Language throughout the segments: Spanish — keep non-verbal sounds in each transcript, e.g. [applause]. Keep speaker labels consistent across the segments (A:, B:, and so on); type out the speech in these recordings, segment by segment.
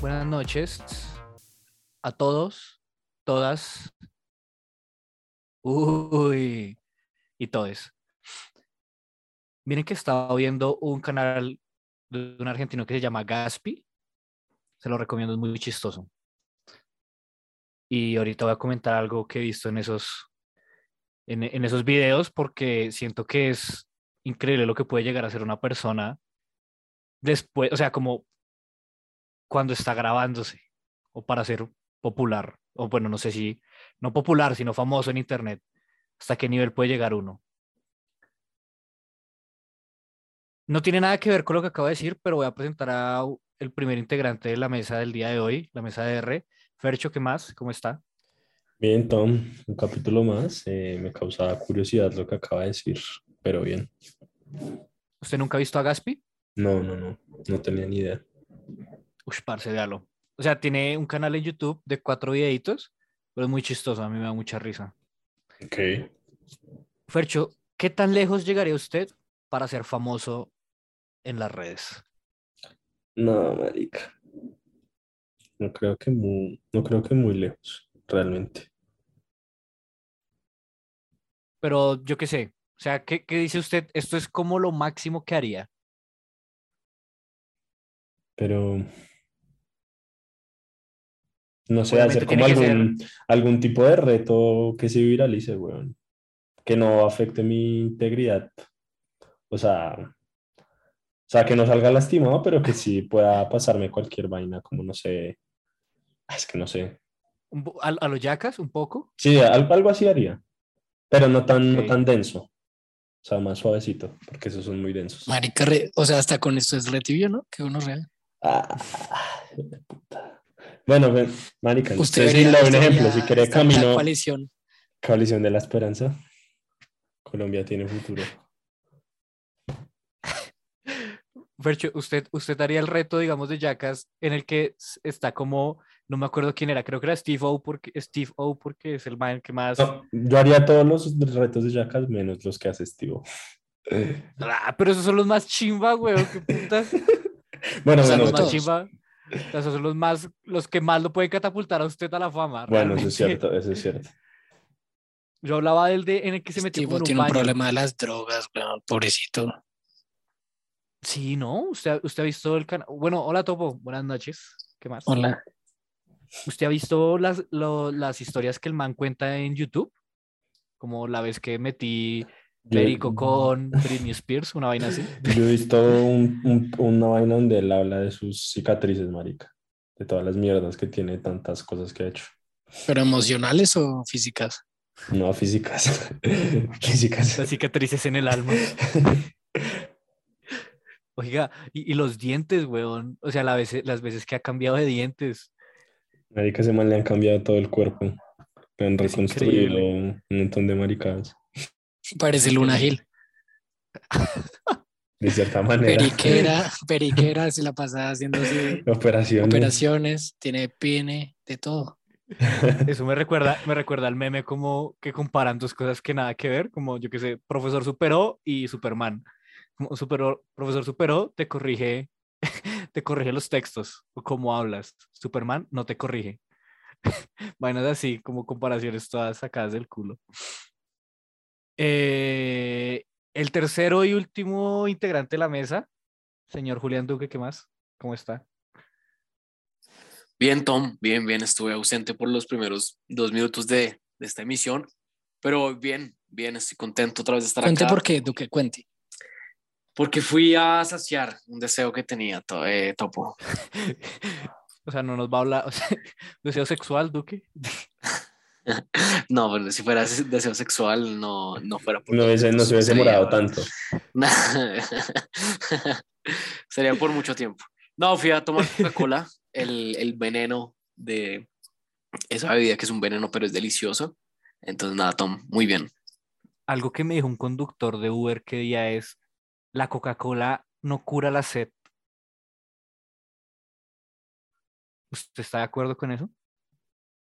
A: Buenas noches a todos, todas, uy, y todes. Miren que estaba viendo un canal de un argentino que se llama Gaspi. Se lo recomiendo, es muy chistoso. Y ahorita voy a comentar algo que he visto en esos, en, en esos videos porque siento que es increíble lo que puede llegar a ser una persona después, o sea, como cuando está grabándose o para ser popular, o bueno, no sé si, no popular, sino famoso en Internet, hasta qué nivel puede llegar uno. No tiene nada que ver con lo que acabo de decir, pero voy a presentar a el primer integrante de la mesa del día de hoy, la mesa de R. Fercho, ¿qué más? ¿Cómo está?
B: Bien, Tom, un capítulo más. Eh, me causaba curiosidad lo que acaba de decir, pero bien.
A: ¿Usted nunca ha visto a Gaspi?
B: No, no, no, no tenía ni idea.
A: Uy, parce, véalo. O sea, tiene un canal en YouTube de cuatro videitos, pero es muy chistoso, a mí me da mucha risa.
B: Ok.
A: Fercho, ¿qué tan lejos llegaría usted para ser famoso en las redes?
B: No, marica. No creo que muy, no creo que muy lejos, realmente.
A: Pero yo qué sé, o sea, ¿qué, qué dice usted? Esto es como lo máximo que haría.
B: Pero no sé,
A: Obviamente
B: hacer como
A: tiene que ser-
B: algún, algún tipo de reto que se viralice, weón. Que no afecte mi integridad. O sea, o sea, que no salga lastimado, pero que sí pueda pasarme cualquier vaina, como no sé. Ah, Es que no sé.
A: Un po- ¿A, a los yacas un poco?
B: Sí, al- algo así haría. Pero no tan, no
A: Ok.
B: tan denso. O sea, más suavecito, porque esos son muy densos.
C: Marica, re- o sea, hasta con esto es re tibio, ¿no? Que uno real.
B: Ah, hijo de puta. Bueno, ven, marica, usted sí le
C: vería-
B: doy un
C: usted
B: ejemplo.
C: vería
B: Si quiere
C: esta- la
B: camino,
C: coalición.
B: coalición de la esperanza, Colombia tiene futuro.
A: Fercho, usted, usted haría el reto, digamos, de Jackass en el que s- está como, no me acuerdo quién era, creo que era Steve O, porque, Steve O porque es el man que más...
B: No, yo haría todos los retos de Jackass menos los que hace Steve.
A: Ah, pero esos son los más chimba, weón, qué putas.
B: Bueno,
C: O sea,
B: bueno,
A: los
C: no
B: bueno,
A: más
C: todos.
A: chimba. o sea, esos son los más, los que más lo pueden catapultar a usted a la fama.
B: eso es
A: realmente.
B: cierto, eso es cierto.
A: Yo hablaba del de en el que se metió
C: Este
A: como en un
C: tiene un
A: baño.
C: problema de las drogas, weón, pobrecito.
A: Sí, ¿no? Usted, usted ha visto el canal. Bueno, hola Topo, buenas noches. ¿Qué más?
C: Hola.
A: ¿Usted ha visto las, lo- las historias que el man cuenta en YouTube? Como la vez que metí
B: Yo,
A: Perico con Britney Spears, una vaina
B: [laughs]
A: así.
B: yo he visto un- un- una vaina donde él habla de sus cicatrices, marica. De todas las mierdas que tiene, tantas cosas que ha hecho.
C: ¿Pero emocionales o físicas?
B: No, físicas. [laughs] físicas.
A: Las cicatrices en el alma.
C: Pues,
A: Oiga, y, y los dientes, weón. O sea, la veces- las veces que ha cambiado de dientes.
B: Marica, ese man le han cambiado todo el cuerpo. Le han
A: Es
B: reconstruido
A: increíble.
B: un montón de maricadas.
C: Parece Luna Gil.
B: De cierta manera.
C: Periquera, periquera, se la pasa haciendo así,
B: [laughs] Operaciones.
C: operaciones, tiene pene, de todo.
A: Eso me recuerda, me recuerda al meme como que comparan dos cosas que nada que ver, como yo qué sé, profesor superó y Superman. Como superó, profesor superó, te corrige, [laughs] te corrige los textos o cómo hablas. Superman no te corrige. [laughs] Vainas así, como comparaciones todas sacadas del culo. Eh, el tercero y último integrante de la mesa, señor Julián Duque, ¿qué más? ¿Cómo está? [laughs]
D: Bien, Tom, bien, bien. Estuve ausente por los primeros dos minutos de, de esta emisión, pero bien, bien, estoy contento otra vez de estar
C: Cuente
D: acá.
C: por qué, Duque, cuente.
D: Porque fui a saciar un deseo que tenía, to- eh, Topo. [laughs]
A: O sea, no nos va a hablar, o sea, [laughs] deseo sexual, Duque.
D: No, pero si fuera ese deseo sexual, no, no fuera
B: [laughs]
D: por
B: No, hubiese- no se hubiese
D: Sería-
B: demorado tanto.
D: [laughs] Sería por mucho tiempo. No, fui a tomar
C: [laughs]
D: Coca-Cola, el, el veneno de esa bebida que es un veneno, pero es deliciosa. Entonces, nada, Tom, muy bien.
A: algo que me dijo un conductor de Uber que día es, la Coca-Cola no cura la sed. ¿Usted está de acuerdo con eso?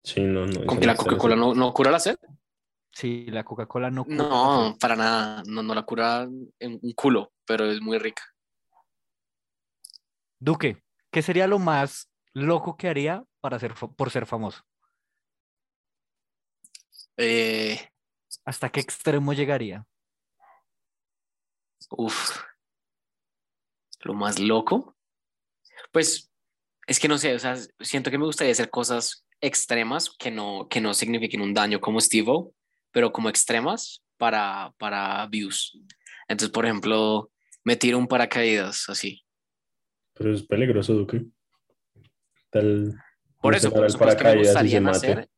B: Sí, no, no.
D: ¿Con
B: eso
D: que la
B: no está
D: Coca-Cola no, no cura la sed?
A: Sí, la Coca-Cola no cura. la sed.
D: No, para nada. No, no la cura en un culo, pero es muy rica.
A: Duque, ¿qué sería lo más loco que haría para ser, fa- por ser famoso?
D: Eh,
A: ¿Hasta qué extremo llegaría?
D: Uf. Lo más loco. Pues es que no sé, o sea, siento que me gustaría hacer cosas extremas que no, que no signifiquen un daño como Steve-O, pero como extremas para, para views. Entonces, por ejemplo, me tiro un paracaídas así.
B: Pero es peligroso, Duque. Tal.
D: Por
B: no
D: eso,
B: se
D: por
B: para
D: eso
B: el
D: pues, que me
B: paracaídas y se
D: gustaría
B: mate.
D: hacer.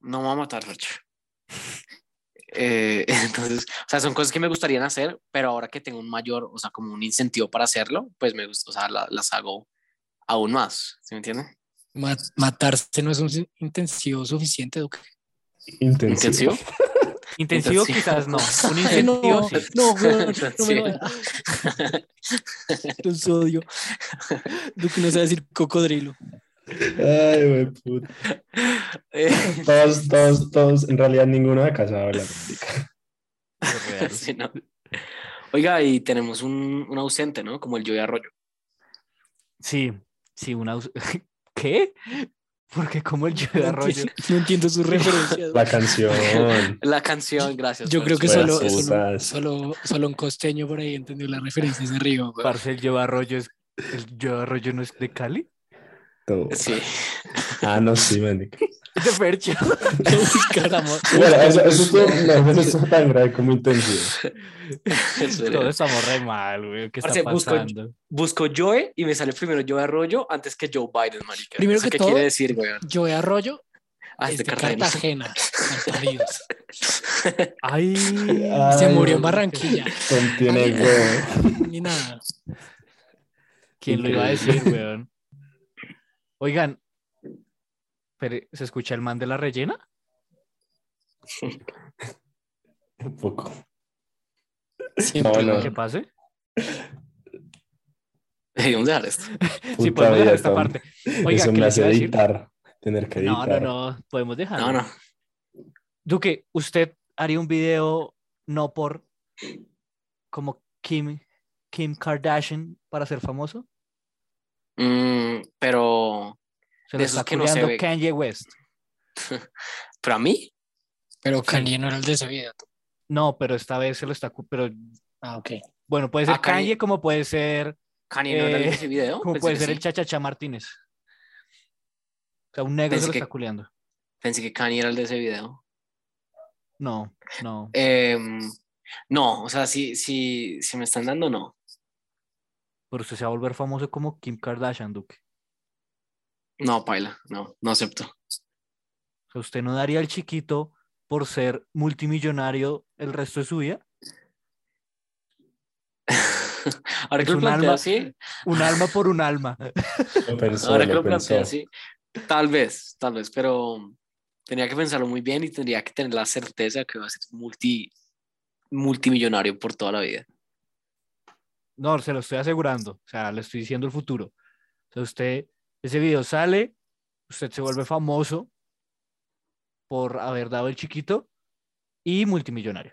D: No me va a matar, Rocho. [laughs] Eh, [laughs] entonces, o sea, son cosas que me gustaría hacer, pero ahora que tengo un mayor, o sea, como un incentivo para hacerlo, pues me gusta, o sea, la- las hago aún más, ¿sí me entienden?
C: Ma- matarse no es un sin- intensivo suficiente, Duque.
B: Intensivo.
A: Intensivo,
B: [laughs]
D: ¿Intensivo? [laughs] Intensivo.
A: quizás
C: [laughs]
A: no. Un
C: Ay, no,
A: incentivo sí. [laughs]
C: no, weón, no
D: Sí.
C: me va- los odio. Duque no sabe decir cocodrilo.
B: Ay, güey, puta.
D: Eh,
B: Todos, todos, todos. En realidad, ninguno de acá sabe hablar.
A: Real.
D: sí, no. Oiga, y tenemos un, un ausente, ¿no? Como el Joey Arroyo.
A: Sí, sí, una... aus- [laughs] ¿Qué? Porque como el Joe
C: No
A: Arroyo...
C: entiendo, no
A: [laughs]
C: entiendo su referencia.
B: La canción.
D: La canción, gracias.
C: Yo creo que
B: Buenas
C: solo,
B: putas.
C: solo, solo, solo un costeño por ahí entendió la referencia y se rió. [laughs] weón.
A: Parce, el Joe Arroyo es... ¿El Joe Arroyo no es de Cali?
B: Todo.
D: Sí. [laughs]
B: Ah, no, sí, man.
A: De Fercha.
C: Lo buscamos.
B: [laughs] Bueno, eso, eso estuvo, no, eso estuvo tan grave como intensivo.
A: Todos estamos re mal, güey. ¿Qué está
D: Parce, busco-
A: pasando?
D: Busco Joe y me sale primero Joe Arroyo antes que Joe Biden, marica.
C: Primero
D: No sé
C: que
D: qué
C: todo,
D: quiere decir, weón.
C: Joe Arroyo
D: Ah,
C: es
D: es de
C: de
D: Cartagena. [laughs]
C: Cartagena.
B: [laughs]
C: malparidos.
A: Ay,
C: Se
B: Ay,
C: murió
B: güey.
C: en Barranquilla.
B: Contiene,
C: Ay.
B: güey.
C: [laughs] Ni nada.
A: ¿Quién lo iba a
B: Increíble.
A: decir, weón? Oigan, pero, ¿se escucha el man de la rellena?
B: Un poco.
C: Siempre.
B: No, no.
A: ¿Qué
C: weón.
A: pase?
D: Debemos dejar esto.
A: sí, podemos
B: Puta vida,
A: dejar esta
B: Tom. [laughs]
A: parte. Oiga,
B: eso
A: ¿qué
B: me
A: les
B: hace
A: iba a decir?
B: editar. Tener que
A: No,
B: editar.
A: no, no, podemos dejar.
D: No, no.
A: Duque, ¿usted haría un video no por como Kim, Kim Kardashian para ser famoso?
D: Mm, pero,
A: Se
D: De
A: lo
D: esos
A: está
D: que no se
A: culeando
D: ve.
A: Kanye West.
D: pero a mí,
C: Pero Kanye no era el de ese video.
A: No, pero esta vez se lo está... cu- Pero
C: Ah, ok.
A: bueno, puede ser
D: Ah, Kanye.
A: Kanye, como puede ser,
D: Kanye no era el de ese video.
A: como
D: Pensé
A: Eh, puede
D: que
A: ser
D: sí.
A: el Chachacha Martínez. O sea, un negro
D: Pensé
A: se lo
D: que-
A: está culeando.
D: Pensé que Kanye era el de ese video.
A: No, no.
D: Em, no, o sea, si, si, si me están dando, no.
A: Pero usted se va a volver famoso como Kim Kardashian, Duque.
D: No, Paila, no, no acepto. [laughs]
A: O sea, ¿usted no daría al chiquito por ser multimillonario el resto de su vida?
D: Ahora
A: Es
D: que lo
A: un
D: planteo
A: alma-
D: así,
A: Un
D: Ah.
A: alma por un alma.
B: Lo pensó,
D: ahora que
B: lo
D: lo planteo
B: pensó.
D: así, tal vez, tal vez, pero tenía que pensarlo muy bien y tendría que tener la certeza que va a ser multi, multimillonario por toda la vida.
A: No, se lo estoy asegurando. O sea, le estoy diciendo el futuro. O sea, usted, ese video sale, usted se vuelve famoso por haber dado el chiquito y multimillonario.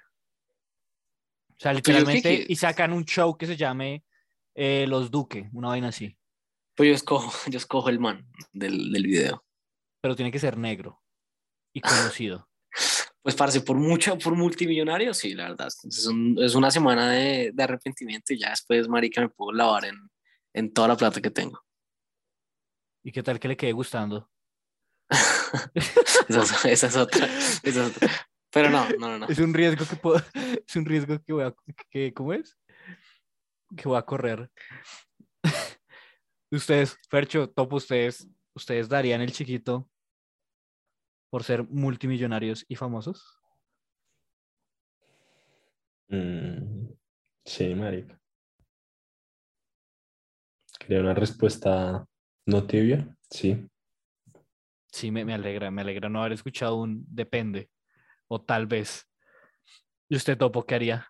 A: O sea,
D: que
A: literalmente,
D: qui-
A: y sacan un show que se llame eh, Los Duque, una vaina así.
D: Pues yo escojo, [laughs] yo escojo el man del, del video.
A: Pero tiene que ser negro y conocido.
D: Pues parce, por mucho, por multimillonario, sí, la verdad. Es, un- es una semana de, de arrepentimiento y ya después, marica, me puedo lavar en, en toda la plata que tengo. [laughs]
A: ¿Y qué tal que le quede gustando?
D: esa, es, esa es otra, esa es otra. Pero no, no, no, no.
A: Es un riesgo que puedo, [laughs] es un riesgo que voy a, que, ¿cómo es? Que voy a correr. [laughs] Ustedes, Fercho, Topo, ustedes, ustedes darían el chiquito por ser multimillonarios y famosos.
B: Mm, sí, marica. Quería una respuesta no tibia. Sí.
A: Sí, me, me alegra, me alegra no haber escuchado un depende o tal vez. ¿Y usted, Topo, qué haría?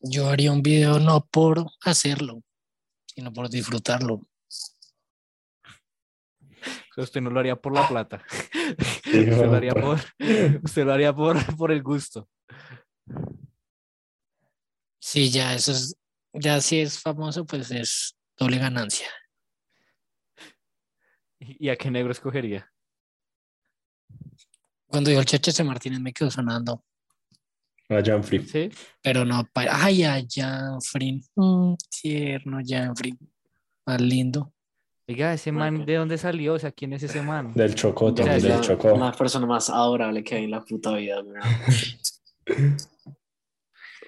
C: Yo haría un video no por hacerlo, sino por disfrutarlo.
A: O sea, Usted no lo haría por la plata. [laughs] usted,
B: no,
A: lo haría por,
B: por-
A: usted lo haría por, por el gusto.
C: Sí, ya eso es, ya si es famoso, pues es doble ganancia.
A: ¿Y a qué negro escogería?
C: Cuando dijo el Cheche Martínez me quedó sonando,
B: A Janfrey.
A: Sí.
C: pero no, pa- ay, a Janfrin, Mm, tierno Janfrin, más lindo.
A: Oiga, ese man,
D: Bueno.
A: ¿de dónde salió? O sea, ¿quién es ese man?
B: Del Chocó,
A: Ya,
B: también
A: ya.
B: del Chocó.
D: La persona más adorable que hay en la puta vida, weón.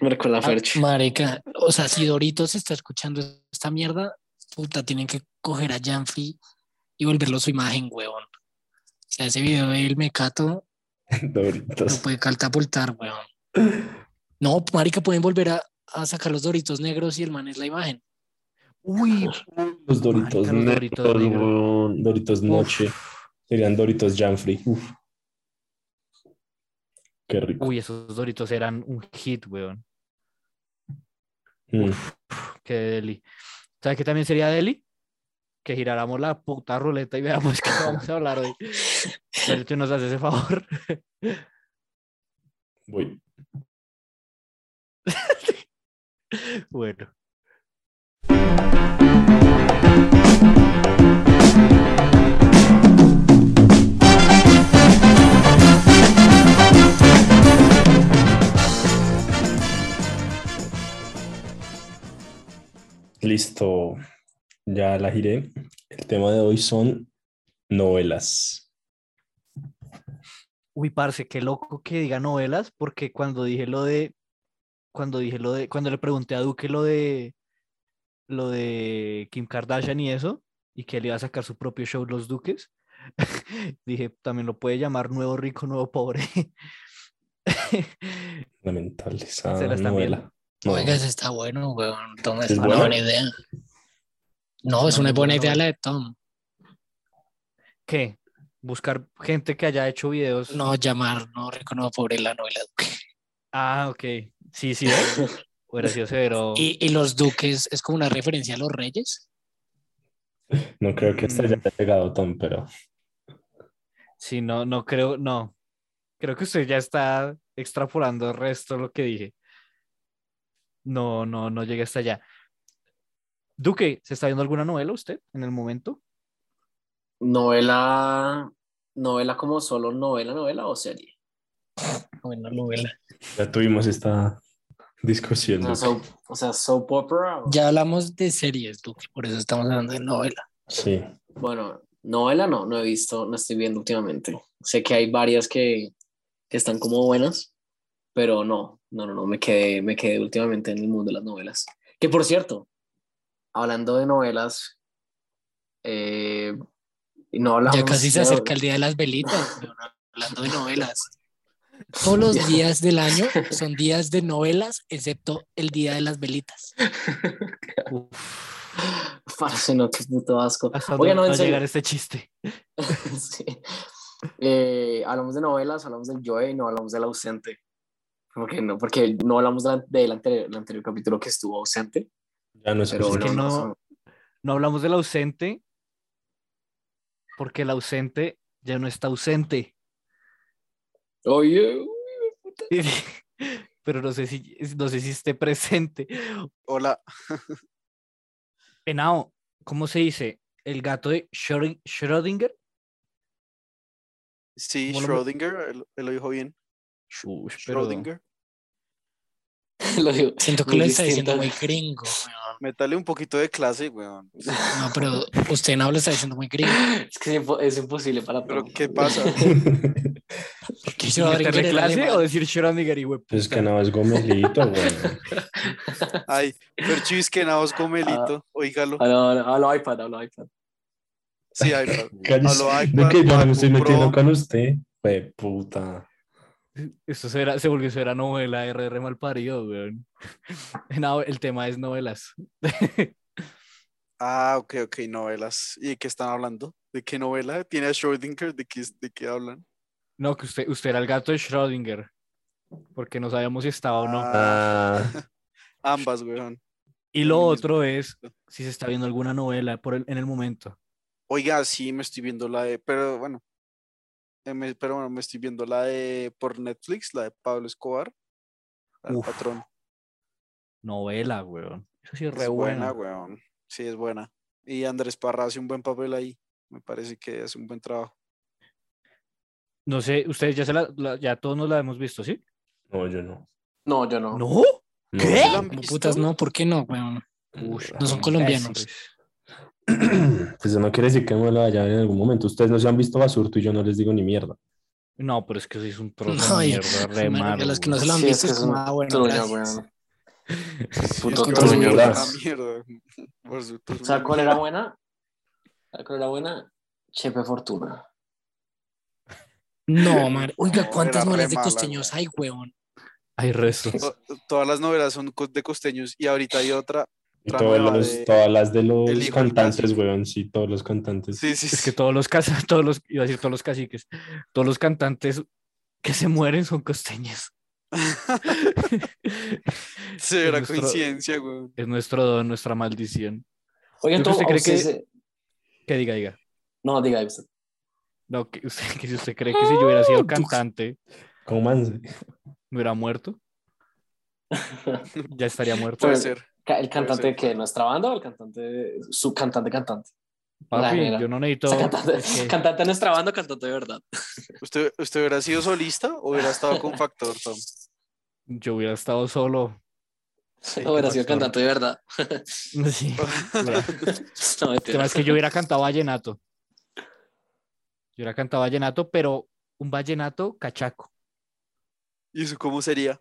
D: Marco la Ferchi.
C: Ah, Marica, o sea, si Doritos está escuchando esta mierda, puta, tienen que coger a Janfi y volverlo su imagen, huevón. O sea, ese video del mecato lo
B: [laughs] Doritos.
C: puede catapultar, weón. No, marica, pueden volver a, a sacar los doritos negros y el man es la imagen.
A: Uy,
B: Los Doritos
A: Marica, los
B: negros,
A: Doritos negros.
B: weón. Doritos noche. Serían Doritos Janfrey. Uf. Qué rico.
A: uy, esos doritos eran un hit, weón.
B: Mm.
A: Qué deli. ¿Sabes qué también sería deli? Que giráramos la puta ruleta y veamos [laughs] qué vamos a hablar hoy. Pero tú nos haces ese favor. [laughs]
B: Voy.
A: Bueno.
B: Listo. Ya la giré. El tema de hoy son novelas.
A: Uy, parce, qué loco que diga novelas, porque cuando dije lo de, cuando dije lo de, cuando le pregunté a Duque lo de, lo de Kim Kardashian y eso, y que él iba a sacar su propio show Los Duques, [laughs] dije, también lo puede llamar Nuevo Rico, Nuevo Pobre. [laughs]
B: Lamentable esa
A: ¿Se las están
B: Ah, novela. No,
C: Oiga, ese está bueno, weón. Tom es,
B: ¿Es
C: una
B: bueno?
C: buena idea. No, es
A: No,
C: una
A: no,
C: buena
A: no.
C: idea la de Tom.
A: ¿Qué? Buscar gente que haya hecho videos.
C: No llamar, no reconozco pobre la novela.
A: Ah, ok. Sí, sí.
C: [laughs]
A: ¿eh? Hubiera sido severo.
C: Y, y los duques es como una referencia a los reyes.
B: no creo que hasta ya haya llegado Tom, pero
A: Sí, no, no creo, no. Creo que usted ya está extrapolando el resto de lo que dije. No, no, no llegué hasta allá. Duque, ¿se está viendo alguna novela usted en el momento?
D: Novela. Novela como solo novela, novela o serie.
C: Bueno, novela.
B: ya tuvimos esta discusión.
D: O sea, soap, o sea, soap opera. o-
C: Ya hablamos de series, Duque, por eso estamos hablando de novela.
B: Sí.
D: Bueno, novela no, no he visto, no estoy viendo últimamente. Sé que hay varias que, que están como buenas, pero no, no, no, no, me quedé, me quedé últimamente en el mundo de las novelas. Que por cierto, hablando de novelas, eh, no hablamos
C: Ya casi se
D: de-
C: acerca el día de las velitas, weón, hablando de novelas. Todos los días del año son días de novelas, excepto el día de las velitas.
A: Uf,
D: [laughs] Parce, no, qué puto asco.
A: ¿hasta dónde
D: Oiga, no,
A: va
D: en
A: a
D: serio. [laughs]
A: llegar este chiste?
D: Sí. Eh, hablamos de novelas, hablamos del Joey, no hablamos del ausente. ¿Por qué no? Porque no hablamos del del anterior, el anterior capítulo que estuvo ausente.
B: Ya no es
D: Pero
A: es
B: posible.
A: que
D: no,
A: no-
D: no son-
A: No hablamos del ausente, porque el ausente ya no está ausente. [laughs]
D: Oye. [laughs]
A: Pero no sé si, no sé si esté presente.
E: Hola.
A: Penao, ¿cómo se dice? ¿El gato de Schröding- Schrödinger?
E: Sí,
A: ¿Cómo lo-
E: Schrödinger, él, él lo dijo bien.
A: Ush, pero-
E: Schrödinger.
D: Lo digo.
C: Siento que
D: Muy
C: lo está
D: distinto.
C: diciendo muy gringo. weón.
E: Métale un poquito de clase, weón.
C: No, pero usted no lo está diciendo muy gringo.
D: Es que es, impo- es imposible para
E: Pero
D: Tom.
B: [laughs]
E: ¿qué pasa?
D: [laughs]
C: Porque
A: ¿Y meterle
C: Schrödinger era
A: clase o
C: alemán.
A: decir Schrödinger y güey?
B: Pues es que no es gomelito, güey.
E: Ay, Perchis que naos
B: Ah.
E: gomelito. Oígalo.
D: Hablo, hablo iPad, hablo iPad.
E: Sí, iPad.
B: [laughs] Cállese.
E: Hablo
B: De
E: iPad,
B: que yo no me
E: MacBook
B: estoy metiendo
E: Pro.
B: con usted. Fue puta.
A: Esto se, era- se volvió será novela RR mal parido, weón. [laughs] No, el tema es novelas. [laughs]
E: Ah, ok, ok, novelas. ¿Y de qué están hablando? ¿De qué novela? ¿Tiene a Schrödinger? ¿De qué, de qué hablan?
A: No, que usted, usted era el gato de Schrödinger. Porque no sabíamos si estaba o no.
B: Ah,
E: Ambas, weón.
A: Y lo
E: mismo.
A: otro es si se está viendo alguna novela por el- en el momento.
E: Oiga, sí, me estoy viendo la de, pero bueno, eh, me- pero bueno, me estoy viendo la de por Netflix, la de Pablo Escobar, la del
A: Uf,
E: patrón.
A: Novela, weón. Eso sí es re
E: Es
A: buena.
E: buena, weón. sí, es buena. Y Andrés Parra hace un buen papel ahí. Me parece que hace un buen trabajo.
A: No sé, ustedes ya, se la, la- ya todos nos la hemos visto, ¿sí?
B: No, yo no.
D: No, yo no.
A: ¿No?
B: No.
A: ¿Qué?
E: ¿Se la han
C: Como
E: visto?
C: putas, no, ¿por qué no, weón?
B: [clears throat]
C: No son colombianos.
B: Pues eso no quiere decir que no la vayan en algún momento. Ustedes no se han visto Basurto y yo no les digo ni mierda.
A: No, pero es que sois un trozo [laughs]
C: No,
A: de
C: y-
A: mierda, re
C: marica,
A: malo,
C: las que
A: güey.
C: no se lo han
D: Sí, es
C: visto
D: que
C: es
D: es
C: como,
D: un
C: ah, bueno,
D: truño,
C: gracias.
A: [laughs]
D: weón.
E: Yo
D: Puto
E: creo que
B: truño,
E: es
B: ¿verdad?
E: una mierda. [laughs] Por su- por su-
D: ¿Sabes cuál era buena? ¿Sabes cuál era buena? Chepe Fortuna.
C: No, mar. Oiga,
E: No,
C: ¿cuántas
E: era re
C: novelas de
E: mala,
C: costeños
E: weón.
C: hay, weón?
A: Hay resto.
E: To- Todas las novelas son co- de costeños y ahorita hay otra.
B: Y
E: Otra
B: todos
E: nueva
B: los-
E: de-
B: todas las de los
E: El hijo del
B: cantantes,
E: Cacique.
B: weón, sí, todos los cantantes.
E: Sí, sí,
A: Es que
E: sí.
A: todos los casa, [laughs] todos los, iba a decir todos los caciques, todos los cantantes que se mueren son costeños.
E: [laughs] Será
A: nuestro-
E: coincidencia, güey.
A: Es nuestro don, nuestra maldición.
D: Oye,
A: Yo que
D: ¿tú
A: usted cree
D: usted
A: que-
D: se-
A: Que diga, diga.
D: No, diga usted.
A: No, que, usted, que si usted cree que si yo hubiera sido
C: tú-
A: cantante,
B: Comanse.
A: me hubiera muerto, ya estaría muerto.
E: [laughs] Puede
D: Pues,
E: ser.
D: Ca- ¿El cantante que nuestra banda o el cantante, su cantante, cantante?
A: Papi,
D: mira.
A: yo no
D: O
A: necesito.
D: sea, cantante,
A: es que-
D: cantante de nuestra banda o cantante de verdad.
E: ¿Usted, ¿Usted hubiera sido solista o hubiera estado con Factor, Tom?
A: yo hubiera estado solo. [laughs]
D: [laughs] o hubiera sido
A: pastor.
D: cantante de verdad. [laughs]
A: Sí. hubiera-
D: no,
A: El tema es que yo hubiera cantado vallenato. Yo hubiera cantado vallenato, pero un vallenato cachaco,
E: ¿Y eso cómo sería?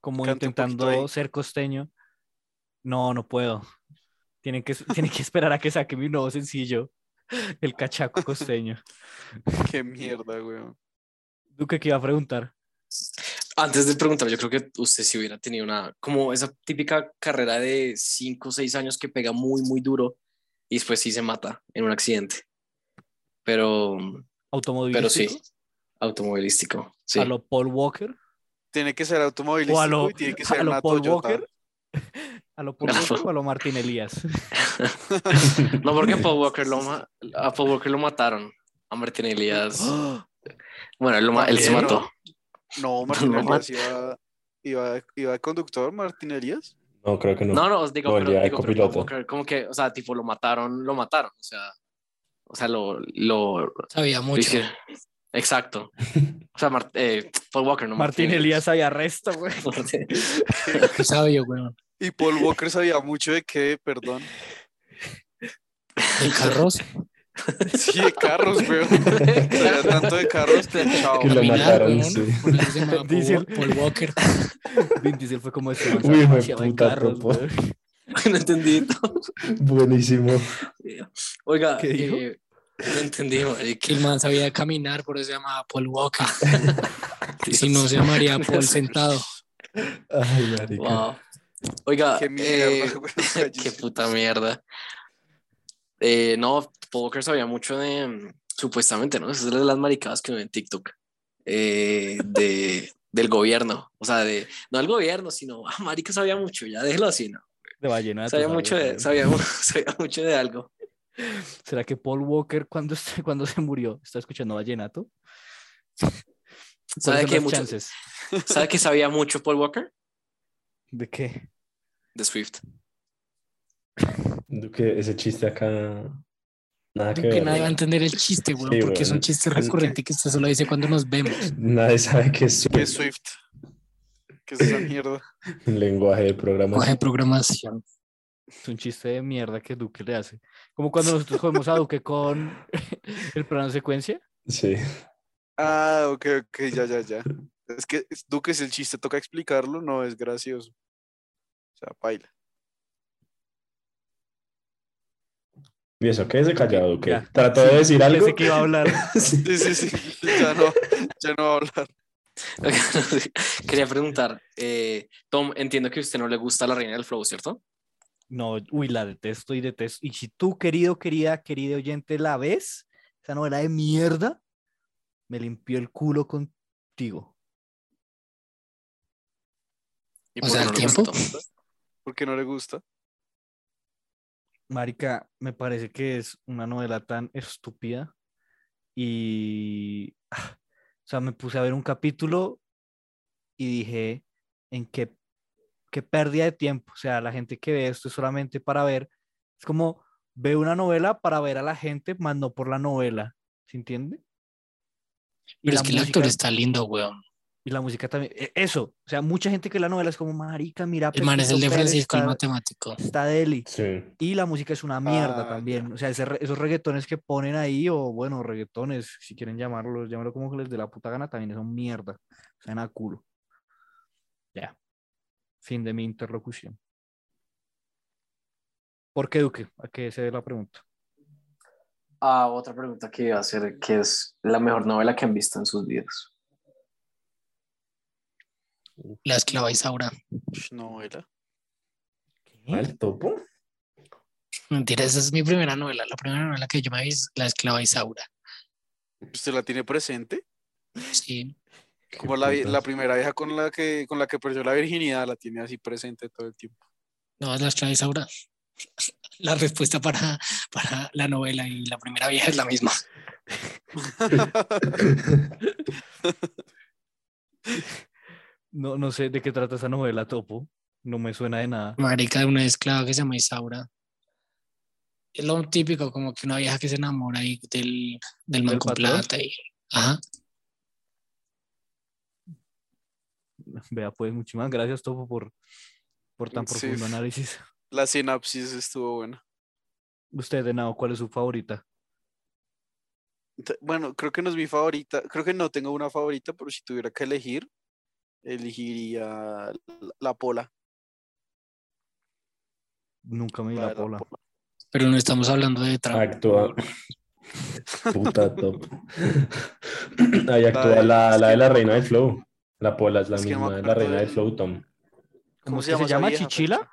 A: como
E: Cante un poquito
A: intentando
E: ahí.
A: ser costeño. No, no puedo. Tienen que, [laughs] tienen que esperar a que saque mi nuevo sencillo, el cachaco costeño.
E: Qué mierda, güey.
A: Duque, ¿qué iba a preguntar?
D: Antes de preguntar, yo creo que usted si hubiera tenido una, como esa típica carrera de 5 o 6 años que pega muy, muy duro y después sí se mata en un accidente. Pero, pero sí,
A: ¿Automovilístico?
D: automovilístico. Sí.
A: ¿A lo Paul Walker?
E: Tiene que ser automovilístico
A: ¿O a lo,
E: y tiene que
A: a
E: ser
A: lo
E: una
A: Paul
E: Toyota. [gasps]
A: Walker? ¿A lo Paul
D: No.
A: Walker o a lo Martín
D: [laughs]
A: Elías?
D: No, porque a
B: [laughs]
D: Paul Walker lo, ma- a Paul Walker lo mataron. A Martín Elías.
E: [gasps]
D: Bueno, él, lo ma- él se
E: También,
D: mató.
E: No, Martín
D: No,
E: Elías iba, iba, iba de conductor, Martín Elías.
B: No, creo que no.
D: No, no, os digo,
B: No,
D: pero,
B: ya de
D: digo, pero Paul
B: copiloto.
D: Walker, como que, o sea, tipo, lo mataron, lo mataron. O sea, o sea lo, lo,
C: Sabía mucho. [laughs]
D: Dije, exacto. O sea, Mar- eh, Paul Walker, no
A: Martín Elías había resto,
D: [laughs]
A: güey.
D: Martín-
C: Qué sabio, weón.
E: Y Paul Walker sabía mucho de qué, perdón. [laughs]
C: El carros.
E: Sí, de carros, güey. Sabía tanto de carros que chao.
B: Este, Que lo
C: Caminar,
B: mataron,
C: weón.
B: sí.
C: Por eso se llamaba Paul-
A: Diesel.
C: Paul Walker.
A: Vin Diesel fue como este. man
B: Uy,
A: sabe
B: hijo de
A: demasiado de
B: puta,
A: carros,
B: topo.
A: güey.
D: [laughs] no entendí.
B: Buenísimo.
D: Oiga,
A: ¿Qué dijo?
D: eh, no entendí, eh, marica.
C: Que el man sabía caminar, por eso se llamaba Paul Walker. si no, se llamaría Paul sentado.
B: Ay, marica.
D: Wow. Oiga,
E: Qué
D: eh, [laughs]
E: mierda, [laughs] güey.
D: qué puta mierda. Eh, no, Paul Walker sabía mucho de, mm, supuestamente, ¿no? Esas eran las maricadas que uno ve en TikTok. eh, de, [laughs] del gobierno. O sea, de, no del gobierno, sino, [laughs] ah, marica sabía mucho, ya déjelo así, ¿no?
A: De vallenato.
D: Sabía
A: sabe,
D: mucho de,
A: sabe.
D: sabía, [laughs] sabía mucho de algo.
A: ¿Será que Paul Walker cuando, [laughs] se- cuando se murió está escuchando vallenato?
D: ¿Sabe
A: ¿Cuáles son
D: que,
A: las
D: mucho,
A: chances?
D: ¿Sabe que sabía mucho Paul Walker?
A: ¿De qué?
D: De Swift.
B: Duque, ese chiste acá. Nada que
C: Duque
B: ver.
C: nadie va a
B: weón.
C: entender el chiste, weón,
B: Sí,
C: porque es un
B: weón.
C: chiste recurrente que usted solo dice cuando nos vemos.
B: Nadie sabe qué es su
E: Qué Swift. ¿Qué es esa mierda?
B: lenguaje de
C: Lenguaje de
B: programación.
C: programación.
A: Es un chiste de mierda que Duque le hace. Como cuando nosotros jodemos a Duque con [laughs] el plano de secuencia.
B: Sí.
E: Ah, ok, ok, ya, ya, ya. Es que es- Duque es el chiste, toca explicarlo, no es gracioso. O sea, baila.
B: ¿Y eso qué? Se callado, Duque.
A: Ya.
B: Trató de decir algo.
A: Pensé que iba a
B: [laughs]
A: hablar.
B: Sí.
E: Sí, sí, sí. [laughs] Ya no, ya no va a hablar.
D: [laughs] Quería preguntar, eh, Tom, entiendo que a usted no le gusta la reina del flow, ¿cierto?
A: No, uy, la detesto y detesto. Y si tú, querido, querida, querido oyente, la ves, esa novela de mierda, me limpió el culo contigo.
D: ¿Y
C: O sea,
D: qué
C: ¿al
D: le
C: tiempo?
D: gustó?
E: ¿Por qué no le gusta?
A: Marica, me parece que es una novela tan estúpida y, ah, o sea, me puse a ver un capítulo y dije, ¿en qué qué pérdida de tiempo. O sea, la gente que ve esto es solamente para ver, es como ve una novela para ver a la gente, más no por la novela. ¿Se entiende? Y la
C: Pero es que el
A: música-
C: actor está lindo, weón.
A: Y la música también. e- Eso. O sea, mucha gente que ve la novela es como, marica, mira.
C: El man es el
A: Pepito
C: de
A: Pérez,
C: Francisco, el
A: está-
C: matemático.
A: Está deli.
B: Sí.
A: Y la música es una mierda
E: Ah,
A: también. O sea, ese re- esos reggaetones que ponen ahí, o bueno, reggaetones, si quieren llamarlos, llámalo como les dé la puta gana, también son mierda. O sea, nada culo. Ya. Fin de mi interlocución. ¿Por qué, Duque? ¿A qué se debe la pregunta?
D: Ah, otra pregunta que iba a hacer, que es la mejor novela que han visto en sus vidas.
C: La esclava Isaura.
E: Ush, novela.
B: ¿Al topo?
C: Mentira, esa es mi primera novela. La primera novela que yo me vi es La esclava Isaura.
E: ¿Usted la tiene presente?
C: Sí.
E: Como la, vi-
B: putas.
E: la primera vieja con la que con la que perdió la virginidad la tiene así presente todo el tiempo.
C: No, es La esclava Isaura. [laughs] La respuesta para, para la novela y la primera vieja es la misma.
A: No, no sé de qué trata esa novela, Topo. No me suena de nada.
C: Marica de una esclava que se llama Isaura. Es lo típico, como que una vieja que se enamora y del, del man
A: ¿Del
C: con
A: patrón?
C: plata. Y, ajá.
A: [laughs] Vea, pues, muchísimas gracias, Topo, por, por tan
E: Sí.
A: profundo análisis.
E: [laughs] La sinapsis estuvo buena.
A: Usted, de nada, ¿cuál es su favorita?
E: Ent- Bueno, creo que no es mi favorita. Creo que no tengo una favorita, pero si tuviera que elegir, elegiría la, la pola.
A: Nunca me di la
E: la de la
A: pola.
C: Pero no estamos hablando de trabajo.
B: Actúa. Puta
D: [laughs]
B: topo. Ahí
E: La
B: actúa
E: de-
B: la,
E: es
B: la de la
E: que no me
B: reina del flow. La pola es la
E: Es que no me
B: misma de la
E: acuerdo
B: reina del
E: del-
B: flow, Tom.
A: ¿Cómo es que se
E: esa
A: llama?
E: vieja,
A: ¿Chichila?
E: Fercho?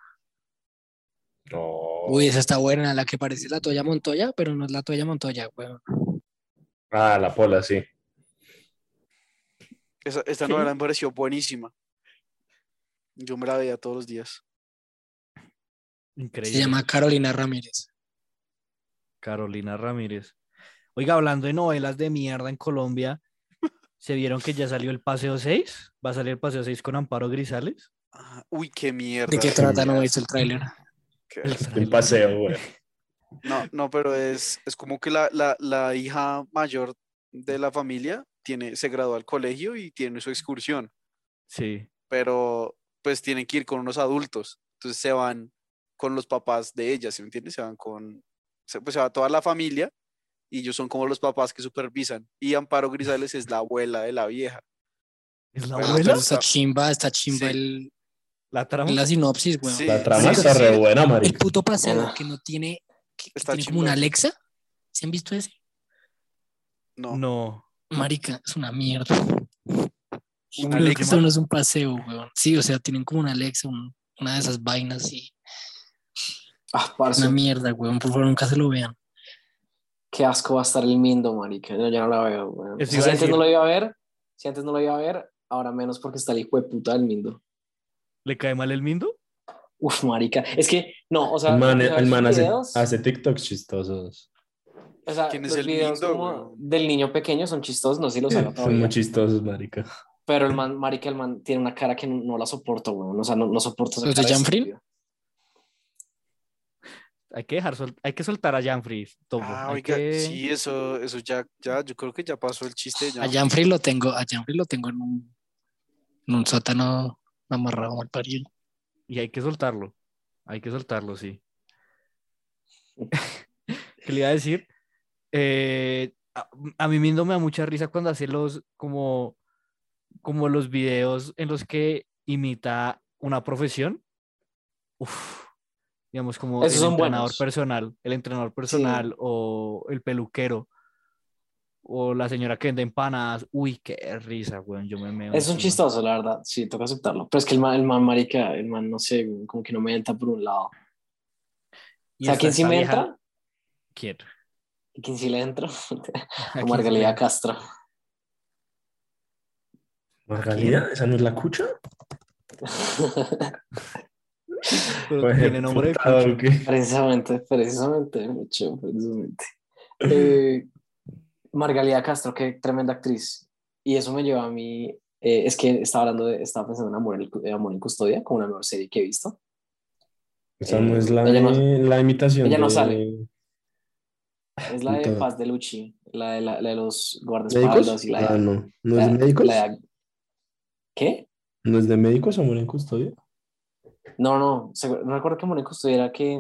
B: No.
C: Uy, esa está buena, la que parece la toalla Montoya, pero no es la toalla Montoya, weón.
B: Ah, la pola, sí.
E: Esa- esta
A: Sí.
E: novela me pareció buenísima. Yo me la veía todos los días.
A: Increíble.
C: Se llama Carolina Ramírez.
A: Carolina Ramírez. Oiga, hablando de novelas de mierda en Colombia, ¿se vieron que ya salió el Paseo 6? ¿Va a salir el Paseo 6 con Amparo Grisales?
E: Ah, Uy, qué mierda.
C: ¿De qué
B: Sí,
C: trata? No
E: mierda.
C: he visto el tráiler.
E: Qué-
A: El
B: El
A: tráiler.
B: paseo, güey.
E: No, no, pero es, es como que la, la, la hija mayor de la familia tiene, se graduó al colegio y tiene su excursión,
A: Sí.
E: pero pues tienen que ir con unos adultos. Entonces se van con los papás de ella, ¿sí me entiendes? Se van con, se, pues se va toda la familia y ellos son como los papás que supervisan. Y Amparo Grisales es la abuela de la vieja.
A: ¿Es la
E: Pero
C: Ah,
A: abuela?
C: pero está chimba, está chimba
E: Sí.
C: el,
A: ¿La trama?
C: la sinopsis, weón.
E: Sí,
B: La trama
E: sí,
B: está
E: sí.
B: re buena,
C: El
B: marica.
C: puto paseo
D: Ah.
C: que no tiene, que, que
E: Está
C: tiene como una
E: chimba.
C: Alexa. ¿Se han visto ese?
E: No,
A: No.
C: Marica, es una mierda.
E: una
C: Creo que
E: Alexa.
C: esto no es un paseo, weón. Sí, o sea, tienen como una Alexa, un- una de esas vainas y
D: Ah,
C: es
D: parce,
C: una mierda, weón. Por favor, nunca se lo vean.
D: qué asco va a estar el Mindo, marica. Yo ya no la veo, weón.
A: Eso
D: O sea,
A: iba
D: si
A: a
D: antes
A: decir.
D: no lo iba a ver, si antes no lo iba a ver, ahora menos porque está el hijo de puta del Mindo.
A: ¿Le cae mal el Mindo?
D: Uf, marica. Es que, no, o sea,
B: El man,
D: ¿sabes
B: el man
D: los
B: hace,
D: videos?
B: hace TikToks chistosos.
D: O sea,
E: ¿Quién es
D: los
E: el
D: videos
E: Mindo,
D: como
E: weón?
D: del niño pequeño son chistosos, no sé si los haga
B: Son
D: todavía.
B: muy chistosos, marica.
D: Pero el man, marica, el man tiene una cara que no, no la soporto, weón. O sea, no, no soporto esa
C: ¿Los de
D: cara
C: Janfrin?
D: estúpida.
A: Hay que dejar, sol- hay que soltar a Janfrey, Topo.
E: Ah,
A: Hay
E: oiga,
A: que-
E: sí, eso, eso ya, ya, yo creo que ya pasó el chiste. de
C: A
E: Jan.
C: Janfrey lo tengo, a Janfrey lo tengo en un, en un sótano amarrado mal parido.
A: Y hay que soltarlo. Hay que soltarlo, sí. [laughs] ¿Qué le iba a decir? Eh, a, a mí mismo me da mucha risa cuando hace los, como, como los videos en los que imita una profesión. Uf, digamos, como
D: Esos
A: el
D: son
A: entrenador
D: buenos.
A: personal, el entrenador personal o el peluquero. O la señora que vende empanadas. Uy, qué risa, weón. Yo me meo
D: Es un
A: encima.
D: chistoso, la verdad. Sí, toca aceptarlo. Pero es que el man, el man, marica, el man, no sé, weón, como que no me entra por un lado.
A: Y
D: o sea,
A: está
D: ¿quién sí
A: esta
D: me
A: vieja-
D: entra?
A: ¿Quién?
D: ¿Y quién sí le entra?
A: ¿A quién sí le
D: Margalida
A: entra?
D: Castro. [laughs]
B: Margalida, ¿esa no es la cucha?
A: Pero
B: Pues,
A: tiene nombre de
B: puta,
A: cucho.
B: ¿o
D: precisamente, precisamente, mucho, precisamente. Eh, Margalida Castro, qué tremenda actriz. Y eso me lleva a mí Eh, es que estaba hablando de, estaba pensando en Amor, en- en Amor en Custodia, como la mejor serie que he visto.
B: Esa
D: Eh,
B: no es la,
D: ella no-
B: la imitación.
D: ella no
B: de-
D: sale. Es la de
B: Puta.
D: Paz de Luchi, la de, la, la de los guardaespaldas
B: ¿Médicos?
D: y la de...
B: Ah, no. ¿No
D: la-
B: es de médicos?
D: la de- ¿Qué?
B: ¿No es de médicos amor en custodia?
D: No, no, segu- no recuerdo que Amor en Custodia era que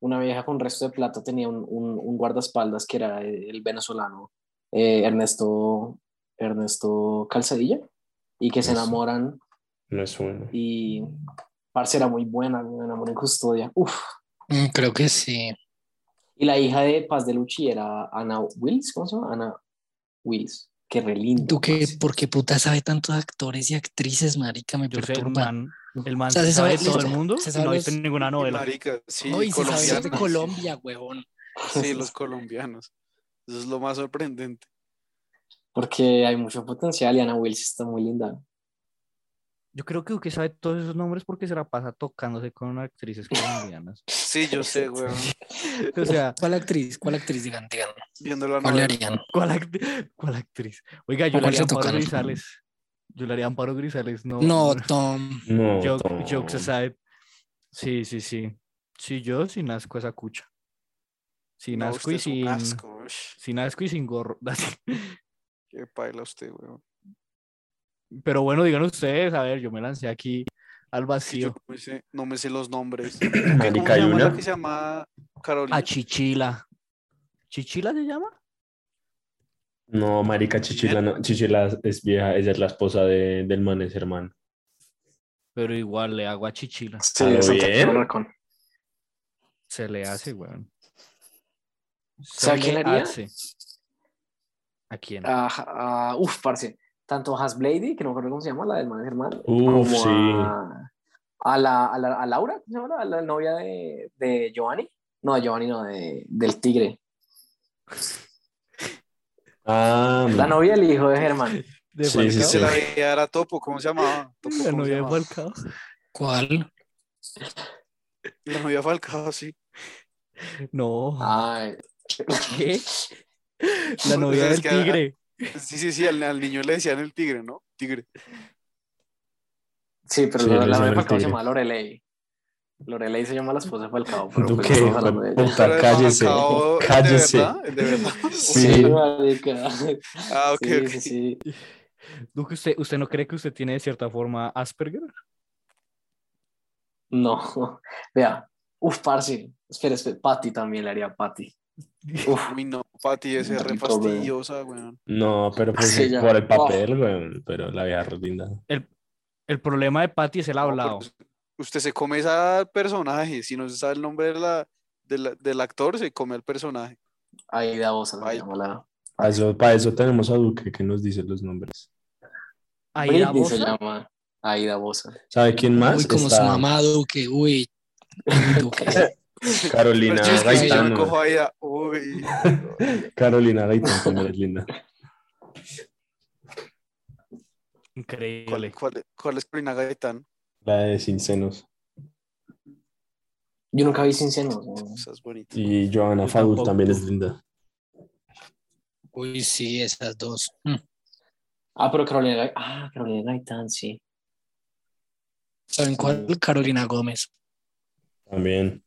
D: una vieja con resto de plata tenía un, un, un guardaespaldas que era el venezolano eh, Ernesto, Ernesto Calzadilla y que se
B: Eso.
D: enamoran
B: No es bueno.
D: y parce era muy buena, me enamoré en custodia. Uf.
C: Mm, Creo que sí.
D: Y la hija de Paz de Luchi era Ana Wills, ¿cómo se llama? Ana Wills, que re lindo,
C: ¿Tú qué,
D: parce.
C: por qué puta sabe tantos actores y actrices, marica? Me
A: Yo sé, el
C: perturba.
A: man, el man
C: O sea,
A: se
C: se
A: sabe
C: sabe-
A: todo
C: se-
A: el mundo
C: se
A: y
C: sabe
A: no ha visto
C: los-
A: ninguna novela.
E: Marica, sí,
C: Hoy se sabe ser de
A: Este
E: colombianos.
C: Colombia, huevón.
E: Sí, los colombianos. Eso es lo más sorprendente.
D: porque hay mucho potencial y Ana Wills está muy linda.
A: Yo creo que Duque sabe todos esos nombres porque se la pasa tocándose con actrices colombianas.
E: Sí,
A: [laughs]
E: yo sé, weón.
A: O sea,
C: ¿Cuál actriz? ¿Cuál actriz? Digan, digan.
E: Viendo la
C: ¿Cuál le
E: novela.
C: harían?
A: ¿cuál, act- cuál actriz? Oiga, yo
C: ¿A
A: le
C: cuál
A: haría
C: se
A: Amparo
C: tocaron?
A: Grisales. Yo le haría Amparo Grisales, no.
C: No, Tom.
B: No.
A: Joke,
B: Tom.
A: jokes aside. Sí, sí, sí. Sí, yo sin asco esa cucha. Sin
E: No,
A: asco
E: usted
A: y
E: es un
A: sin.
E: asco, weón.
A: Sin asco y sin gorro. [laughs]
E: Qué paila usted, weón.
A: Pero bueno, digan ustedes, a ver, yo me lancé aquí al
E: que
A: vacío.
E: yo no me sé, no me sé los nombres. ¿Cómo
B: Marica,
E: se
B: hay
E: llama la
B: una.
E: que se llama Carolina?
B: Ah,
A: A Chichila. ¿Chichila se llama?
B: No, marica, Chichila, no. Chichila es vieja. Ella es la esposa de, del man, ese hermano.
A: Pero igual le hago a Chichila.
D: Sí,
B: ¿A lo
D: Santa
B: bien?
D: Clara Racón.
A: Se le hace, weón. Se
D: ¿Sabe quién
A: le
D: haría?
A: hace. ¿A quién?
D: a, a- ah, uf, parce, tanto a Hasblady, que no me acuerdo cómo se llama, la del man hermano,
B: Uf,
D: como
B: sí.
D: a, a la, a, la- a Laura, ¿cómo se llama? la, la novia de, de Giovanni, no, de Giovanni, no, de, del tigre,
B: Ah,
D: la novia del hijo de Germán,
A: ¿De
B: sí, sí,
A: Falcao?
B: sí.
E: Se la veía, era Topo, ¿cómo se llamaba?
A: La
E: Topo, ¿cómo se
A: novia de
E: llamaba?
A: Falcao.
C: ¿Cuál?
E: La novia Falcao, sí.
A: No.
E: Ah,
D: ay,
A: ¿Qué? La
E: Pues
A: novia del
E: es que-
A: tigre.
E: Sí, sí, sí, al, al niño le decían el tigre, ¿no? Tigre.
D: sí, pero
B: Sí,
D: la,
B: le
D: la
B: llaman
D: novia de
B: el
D: Falcao se
B: tigre.
D: llama Lorelei, Lorelei se llama la esposa de Falcao, pero
B: ¿Tú
D: pues
B: qué?
D: estamos hablando de ella.
B: Puta,
E: Pero el
B: cállese.
E: Falcao, ¿es
B: Cállese.
E: ¿De verdad? ¿Es ¿De verdad?
B: [laughs]
D: [laughs]
B: Sí.
D: marica.
E: Ah, ok,
D: sí,
E: ok.
D: sí, sí.
A: Duque, ¿Usted, ¿Usted no cree que usted tiene de cierta forma Asperger?
D: No, [laughs] vea, uf, parce, espera, espera, Patty también le haría Patty. Uf,
E: Uy, no, Pati, esa es re
D: Marica, weón.
E: fastidiosa, weón.
B: No, pero pues
D: Sí, ya.
B: por el papel, weón. Pero la vieja rodinda.
A: El problema de Patty es el
E: No,
A: hablado.
E: pero Usted se come ese personaje, si no se sabe el nombre de la, de la- del actor, se come el personaje.
D: ahí da voz, se
E: Ay.
D: llama la.
B: Para eso, para eso tenemos a Duque que nos dice los nombres.
A: Ahí la
D: Britney
A: voz.
D: se llama. Aida Bosa.
B: ¿Sabe quién más?
C: Uy, como su
B: Está
C: mamá Duque.
B: [laughs]
C: Uy, Duque.
B: Carolina
E: Pero es que si yo me
B: Gaitán.
E: cojo ahí, ah, uy.
B: weón. Carolina Gaitán también es linda.
A: Increíble.
E: ¿Cuál, cuál, cuál es Corina Gaitán?
B: La de Sin Senos.
D: Yo nunca vi sin senos. ¿no?
E: Esa es bonita.
B: Y Joana
A: Yo
B: Fadul
A: tampoco.
B: también es linda.
C: Uy, sí, esas dos. Mm.
D: Ah, pero Carolina Gaitán. Ah, Carolina Gaitán, sí.
C: ¿Saben cuál? Carolina Gómez,
B: También.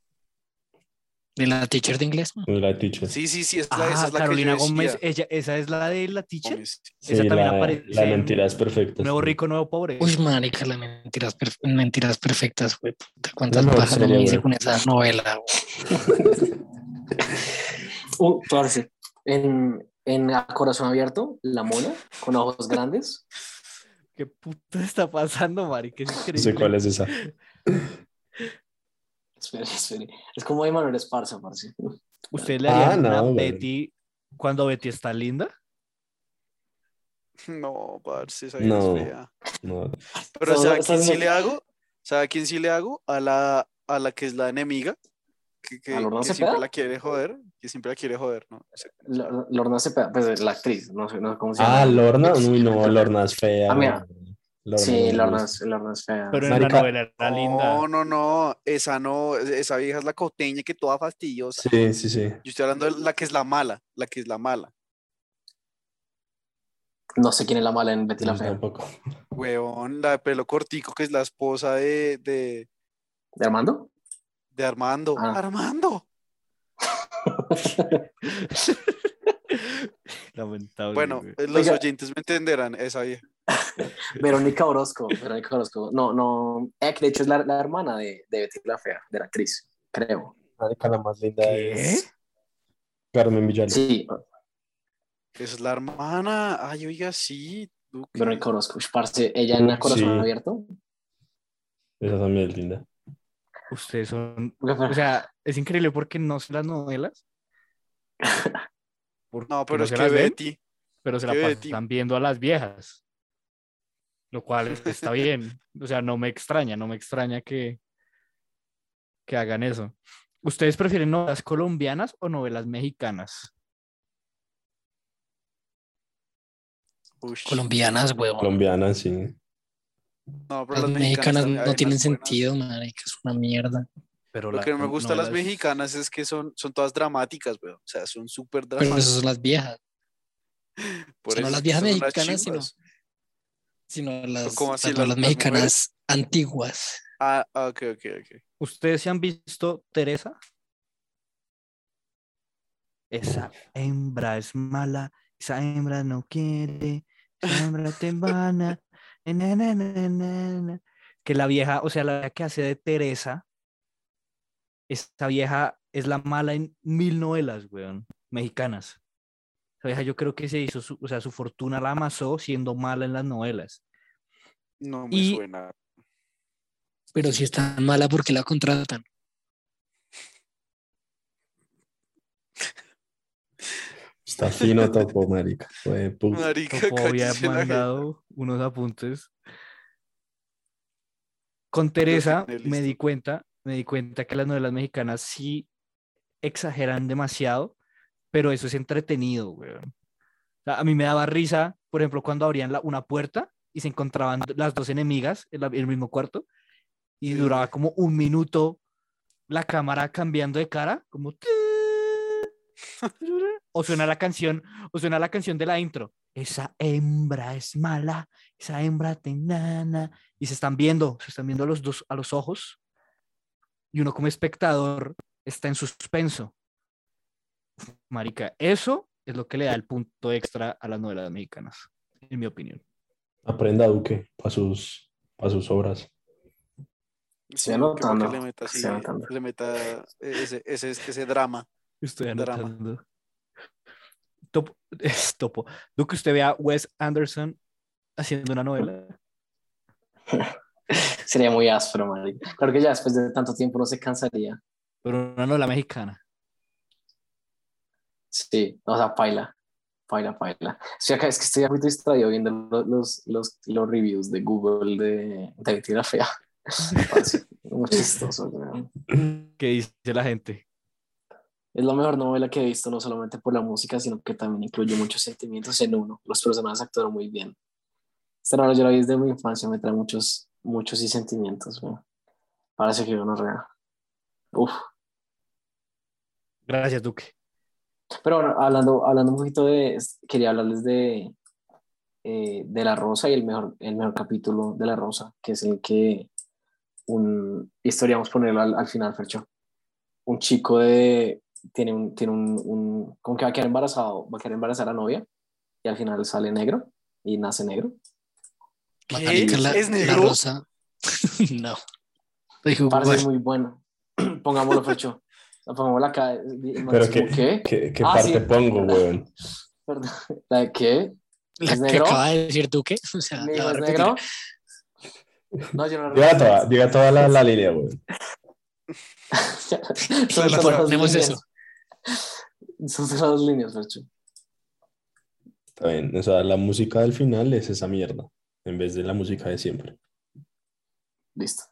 C: de la teacher de inglés.
B: Muy la teacher.
E: Sí, sí, sí, es la, esa
A: Ah,
E: es la
A: Carolina
E: que yo
A: Gómez,
E: decía.
A: ella, esa es la de la teacher.
E: Gómez.
B: Sí,
A: Esa también
B: la,
A: aparece
B: la
A: en
B: mentira es perfecta.
A: Nuevo rico, nuevo pobre.
C: Uy, marica, las mentiras, perf- mentiras perfectas, güey. puta, cuántas
B: No, no,
C: pajas
B: sería
C: me hice
B: bueno.
C: con esa novela, güey.
D: Uh, parce, en, en A Corazón Abierto, la mona, con ojos grandes. [laughs]
A: ¿Qué puta está pasando, Mari? ¿Qué es
B: No sé
A: increíble.
B: cuál es esa.
D: Espere, espere. Es como de Manuel Esparza, parce.
A: ¿Usted le
B: Ah,
A: haría una
B: no, güey.
A: Betty cuando Betty está linda?
E: [laughs] No, parce, esa vieja
B: No.
E: es fea.
B: No.
E: Pero,
D: Son-
E: ¿sabe a quién
D: son
E: sí
D: los-
E: le hago? ¿Sabe a quién sí le hago? A la, a la que es la enemiga, que, que,
D: ¿A Lorna
E: que
D: Cepeda?
E: siempre la quiere joder, que siempre la quiere joder, ¿no? O sea,
D: Lo- Lorna Cepeda, pues la actriz, no sé no sé cómo se llama.
B: Ah, Lorna. Uy, no, Lorna es fea.
D: Ah, mira.
B: Lorna
D: Sí,
B: no
D: Lorna,
B: es-
D: Lorna es fea.
A: Pero en
B: Marica,
A: la novela era linda.
E: No, no, no, esa no, e-, esa vieja es la costeña que toda fastidiosa.
B: Sí, sí, sí.
E: Yo estoy hablando de la que es la mala, la que es la mala.
D: No sé quién es la mala en Betty la
B: Yo
D: Fea.
B: tampoco.
E: Weón, la de pelo cortico, que es la esposa de, de,
D: ¿De Armando?
E: de Armando.
D: Ah.
E: ¡Armando!
A: Lamentable.
E: Bueno, pues, eh,
A: güey.
E: los
D: Oiga.
E: oyentes me entenderán, esa vieja.
D: [laughs] Verónica Orozco. Verónica Orozco. No, no. Eh, que de hecho es la, la hermana de, de Betty la Fea, de la actriz, creo.
B: Marica, la más linda
A: ¿Qué?
B: es Carmen Villalobos.
D: Sí,
E: Esa es la hermana. Ay, oiga, sí. Duque.
D: Verónica Orozco. Ush, parce, ella en la corazón
B: Sí.
D: abierto. [laughs]
B: Esa también es linda.
A: Ustedes son.
B: Ah.
A: O sea, es increíble porque no sé las
B: [laughs]
A: novelas. porque
E: No, pero es
A: se
E: que
A: las ven,
E: Betty.
A: pero se la
E: que
A: pasan
E: Betty-
A: están viendo a las viejas. Lo cual está bien. O sea, no me extraña, no me extraña que, que hagan eso. ¿Ustedes prefieren novelas colombianas o novelas mexicanas?
E: ush,
C: Colombianas, huevón.
B: Colombiana, sí.
E: No, pero
C: Las mexicanas no tienen sentido, marica, es una mierda.
A: Pero
E: Lo
A: las
E: que no me gusta de las
A: novelas-
E: mexicanas es que son, son todas dramáticas, weón. O sea, son súper
C: Pero
E: dramáticas.
C: esas son las viejas,
E: por
C: son
E: eso
C: las
E: es que
C: viejas
E: son unas
C: mexicanas, sino-
E: chimbas.
C: sino las,
E: ¿Cómo así,
C: las novelas
E: las- las
C: mexicanas antiguas.
E: Ah, ah, ok, ok, ok.
A: ¿Ustedes se han visto Teresa? Esa hembra es mala, esa hembra no quiere, esa hembra te vana. na, na, na, na, na. Que la vieja, o sea, la vieja que hace de Teresa, esta vieja es la mala en mil novelas, weón, mexicanas. Esa vieja yo creo que se hizo, su, o sea, su fortuna la amasó siendo mala en las
E: [laughs]
A: novelas.
E: No me
A: Y-
E: suena.
C: Pero si es tan mala, ¿por qué la contratan?
B: Está fino topo, marica. Fue puta.
E: Marica,
A: Topo había
E: cállese la jeta.
A: mandado unos apuntes. Con Teresa
E: tiene
A: me di
E: listo.
A: cuenta, me di cuenta que las novelas mexicanas sí exageran demasiado, pero eso es entretenido, weón. O sea, a mí me daba risa, por ejemplo, cuando abrían la- una puerta y se encontraban las dos enemigas en la- el mismo cuarto y
E: Sí.
A: duraba como un minuto la cámara cambiando de cara, como... O suena la canción, o suena la canción de la intro. Esa hembra es mala, esa hembra te enana. Y se están viendo, se están viendo a los dos, a los ojos. Y uno como espectador está en suspenso. Uf, Marica, eso es lo que le da el punto extra a las novelas mexicanas, en mi opinión.
B: Aprenda Duque para sus, pa' sus obras.
E: Sí,
D: Estoy
E: que para que
D: anotando,
E: le meta,
D: estoy
E: sí,
D: anotando.
E: le meta ese, ese, ese drama. [laughs]
A: Estoy
E: Drama.
A: anotando. Topo, es topo. ¿Tú que usted vea a Wes Anderson haciendo una novela?
D: Sería muy áspero, marica. Claro que ya después de tanto tiempo no se cansaría.
A: Pero una novela mexicana.
D: Sí, o sea, paila. Paila, paila. Estoy acá, es que estoy un poquito distraído viendo lo- los, los, los reviews de Google de, de Betty la Fea. [laughs] Parce, muy chistoso, weón.
A: ¿Qué dice la gente?
D: Es la mejor novela que he visto, no solamente por la música, sino que también incluye muchos sentimientos en uno. Los personajes actuaron muy bien. Esta novela yo la vi desde mi infancia, me trae muchos, muchos y sentimientos, weón. Parece que uno rea. Uf.
A: Gracias, Duque.
D: Pero bueno, hablando, hablando un poquito de, quería hablarles de, eh, de La Rosa y el mejor, el mejor capítulo de La Rosa, que es el que un, historia vamos a ponerlo al, al final, Fercho. Un chico de, tiene un, tiene un, un, como que va a quedar embarazado, va a quedar embarazada la novia y al final sale negro y nace negro.
E: ¿Qué?
C: Marica, la-
E: ¿Es
C: la
E: negro?
C: rosa-
D: [laughs]
C: no. Dijo,
D: Parece
C: "Bueno,
D: muy bueno. [clears throat] Pongámoslo, Fercho. Pongámoslo acá. eh,
B: Pero
D: ¿Qué?
B: que- ¿Qué, qué
D: Ah,
B: parte
D: sí.
B: pongo, weón?
D: Perdón. ¿La de qué?
C: la
D: ¿Es
C: que
D: negro?
C: acaba de decir tú qué. [laughs] O sea,
D: Mi
C: la
D: hijo
C: va a
D: es
C: repetir.
D: negro. No, yo no lo
B: Diga
D: repito.
B: toda, diga toda la, la línea, weón.
C: [laughs]
D: Son solo dos
C: Ponemos
D: líneas.
C: eso.
D: Son solo dos líneas, Fercho.
B: Está bien. O sea, la música del final es esa mierda. En vez de la música de siempre.
D: Listo.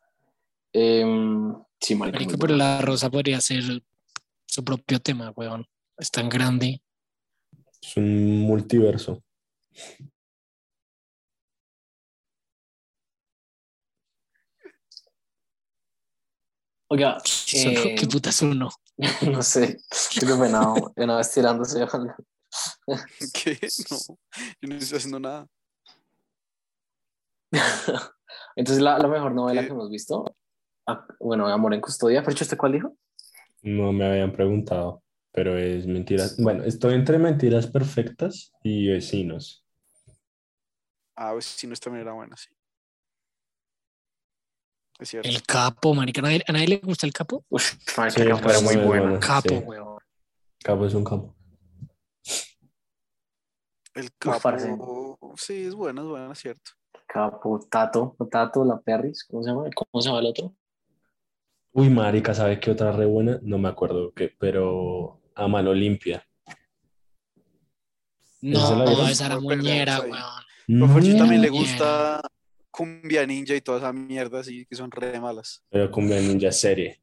D: Em, sí, marica.
C: Marica,
D: muy
C: pero
D: bueno.
C: la rosa podría ser su propio tema, weón. Es tan grande.
B: Es un multiverso.
D: Oiga,
C: Eso no,
D: [laughs] eh,
C: ¿Qué putas uno?
D: no sé. Creo que venado, venado estirándose.
E: ¿Qué? No, yo no estoy haciendo nada.
D: [laughs] Entonces, la, la mejor novela
E: ¿Qué?
D: que hemos visto, ah, bueno, Amor en Custodia, pero ¿usted cuál dijo?
B: No me habían preguntado, pero es mentiras. Bueno, estoy entre mentiras perfectas y vecinos.
E: Ah, pues si no, esta manera buena, sí. Es cierto.
C: El capo, marica. ¿A nadie, a nadie le gusta el capo?
D: Uf, marica,
B: Sí,
D: que
B: Capo
D: fuera muy
B: es muy
D: bueno.
B: bueno.
C: Capo,
B: Sí.
C: weón.
B: Cabo es un campo.
E: El
D: parce.
E: capo. Sí, es buena, es buena, es cierto.
D: Capo, Tato, Tato, la Perris, ¿cómo se llama?
C: ¿Cómo se llama el otro?
B: Uy, marica, ¿sabes qué otra re buena? No me acuerdo qué, pero a mano limpia. ¿Esa la
C: No,
B: vieron?
C: esa era
E: Por peleas
C: muñera,
E: ahí.
C: weón.
B: Mm,
E: Pero a Fercho
B: No,
E: pues también le
C: Mierda.
E: gusta Cumbia Ninja y toda esa mierda, así que son re malas.
B: Pero cumbia ninja serie.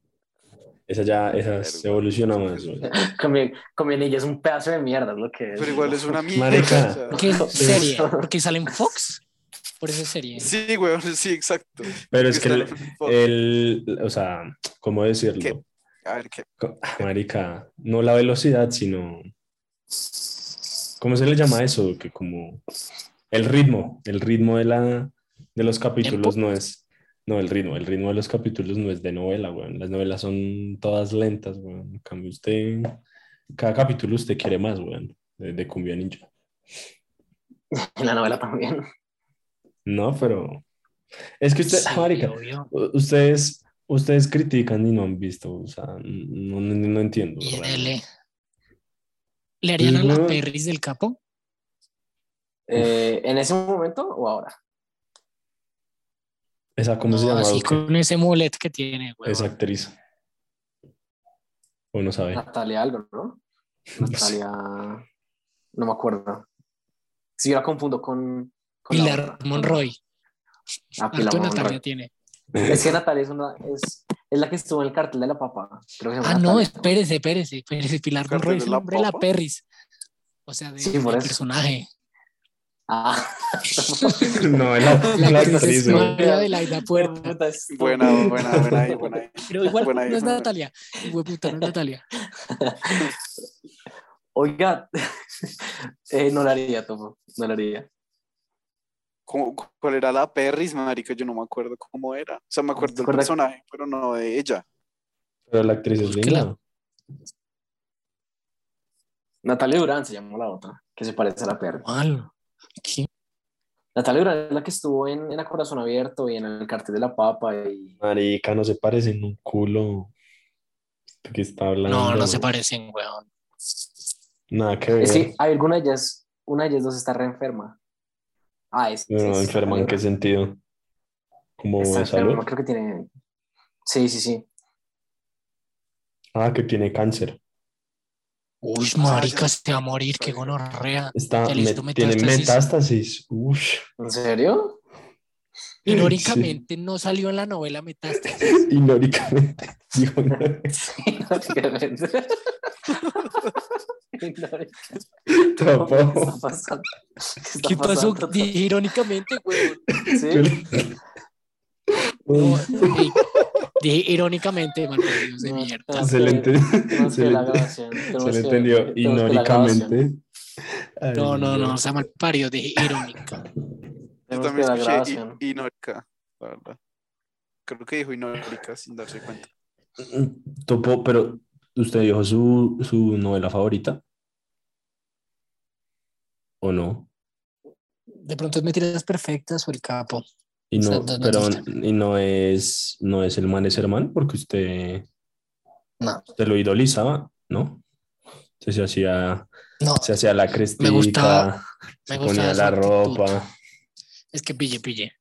B: Esa ya, esa se evoluciona más, güey.
D: Comien- Comienilla es un pedazo de mierda, es lo que es.
E: Pero igual es una mierda.
B: Marica.
E: o sea.
C: ¿Por
E: [laughs]
C: qué es serie? ¿Porque sale en Fox? Por eso es serie.
E: Sí, weón, [laughs] sí, exacto.
B: Pero es que eh,
E: está
B: el,
E: en un foco.
B: el- o sea, ¿cómo decirlo?
E: ¿Qué? A ver, ¿qué?
B: Co- Marica, no la velocidad, sino. ¿Cómo se le llama eso? Que como. El ritmo. El ritmo de la de los capítulos no es. No, el ritmo. El ritmo de los capítulos no es de novela, weón. Las novelas son todas lentas, weón. En cambio, usted. Cada capítulo usted quiere más, weón. De, de Cumbia Ninja.
D: En la novela también.
B: No, pero. Es que usted.
C: Sí,
B: Ah, Marica,
C: obvio.
B: u- ustedes. Ustedes critican y no han visto, o sea, no, no- no entiendo.
C: Y
B: realmente.
C: dele. ¿Le harían a
B: No.
C: la Perris del capo?
D: Eh, ¿En ese momento o ahora?
B: Esa, ¿cómo se
C: No,
B: llama?
C: así con ese mulet que tiene, weón.
B: Esa actriz. O no sabe.
D: Natalia algo, ¿no?
B: No sé.
D: Natalia. No me acuerdo. Si yo la confundo con. con la
C: Pilar
D: otra.
C: Monroy.
D: Ah, Pilar
C: Harto
D: Monroy.
C: Natalia tiene.
D: Es que Natalia es una. Es, es la que estuvo en el cartel de la papa. Creo que se llama
C: Ah, no,
D: Natalia.
C: espérese, espérese. espérese. Pilar
E: ¿Cartel
C: Monroy es
E: de
C: el
E: la
C: nombre de la
E: papa?
C: Perris. O sea, de,
D: Sí, por
C: de
D: eso.
C: personaje. [laughs]
D: Ah,
B: [laughs] No, es la,
C: La
B: la
C: actriz es
B: actriz, güey.
C: María Adelaida
D: [laughs]
C: Puerta.
D: puta, es-
E: Buena, buena, buena ahí, buena
B: [laughs]
E: ahí.
C: Pero igual
E: Buena
C: no es
E: idea.
C: Natalia. Igual puta, no es Natalia.
D: Oiga, [laughs] eh, no la haría, Tomo. No la haría.
E: ¿Cómo- ¿Cuál era la Perris, marica? Yo no me acuerdo cómo era. O sea, me acuerdo del
D: ¿Recuerda-
E: personaje, pero no de ella.
B: Pero la actriz es
C: ¿Por qué
B: linda.
D: Natalia Durán se llamó la otra, que se parece a la perra.
C: Malo. ¿Qué?
D: Natalia Durán es la que estuvo en, en A Corazón Abierto y en el cartel de la papa y
B: Marica, no se parece en un culo. ¿De qué está hablando?
C: No, no se parecen, weón.
B: Nada que ver.
D: Es que hay alguna de ellas, una de ellas dos está re enferma. Ah, es.
B: No,
D: es-
B: enferma, ¿en qué sentido? Como
D: Está
B: de salud.
D: enferma, creo que tiene. Sí, sí, sí.
B: Ah, que tiene cáncer.
C: Uy,
E: ya
C: marica,
E: me-
C: se va a morir. Qué gonorrea.
B: Está,
C: Ya le hizo
B: me- tiene
C: metástasis.
B: metástasis. Ush. [laughs]
D: ¿En serio? [laughs]
C: Irónicamente no salió en la novela Metástasis.
B: Irónicamente. [laughs] Dijo, no.
C: [laughs]
D: Sí, básicamente.
B: [laughs]
D: [laughs]
B: Tapó.
D: ¿Qué está pasando? está
C: ¿Qué pasó?
D: pasando?
C: Dije Irónicamente, weón.
B: Yo
D: Sí.
B: le-
C: No, dije- Dije irónicamente, mal perdidos de
D: No,
C: mierda.
D: no.
B: se le entendió. [laughs]
D: Tenemos
B: Se
D: que
B: le
D: la
B: entendió.
D: grabación, tenemos
B: Se le
D: que-
B: entendió
D: tenemos que la grabación.
B: irónicamente. Ay,
C: No, no, no,
B: Dios.
C: o sea, mal parido, dije irónica.
E: Yo
D: Tenemos
E: también
D: que la
E: escuché
D: grabación.
E: I- Inorica, la verdad. Creo que dijo Inorica sin darse cuenta.
B: Topo, pero usted dijo su, su novela favorita. ¿O no?
C: De pronto es mentiras perfectas o el capo.
B: Y no,
C: Santos no
B: pero
C: existen.
B: y no es no es el man es hermano porque usted,
C: No.
B: usted lo idolizaba, ¿no? Usted se hacía,
C: No,
B: se hacía la crestica,
C: gustaba-
B: se
C: me
B: ponía
C: gustaba su
B: la
C: actitud.
B: ropa.
C: es que pille, pille.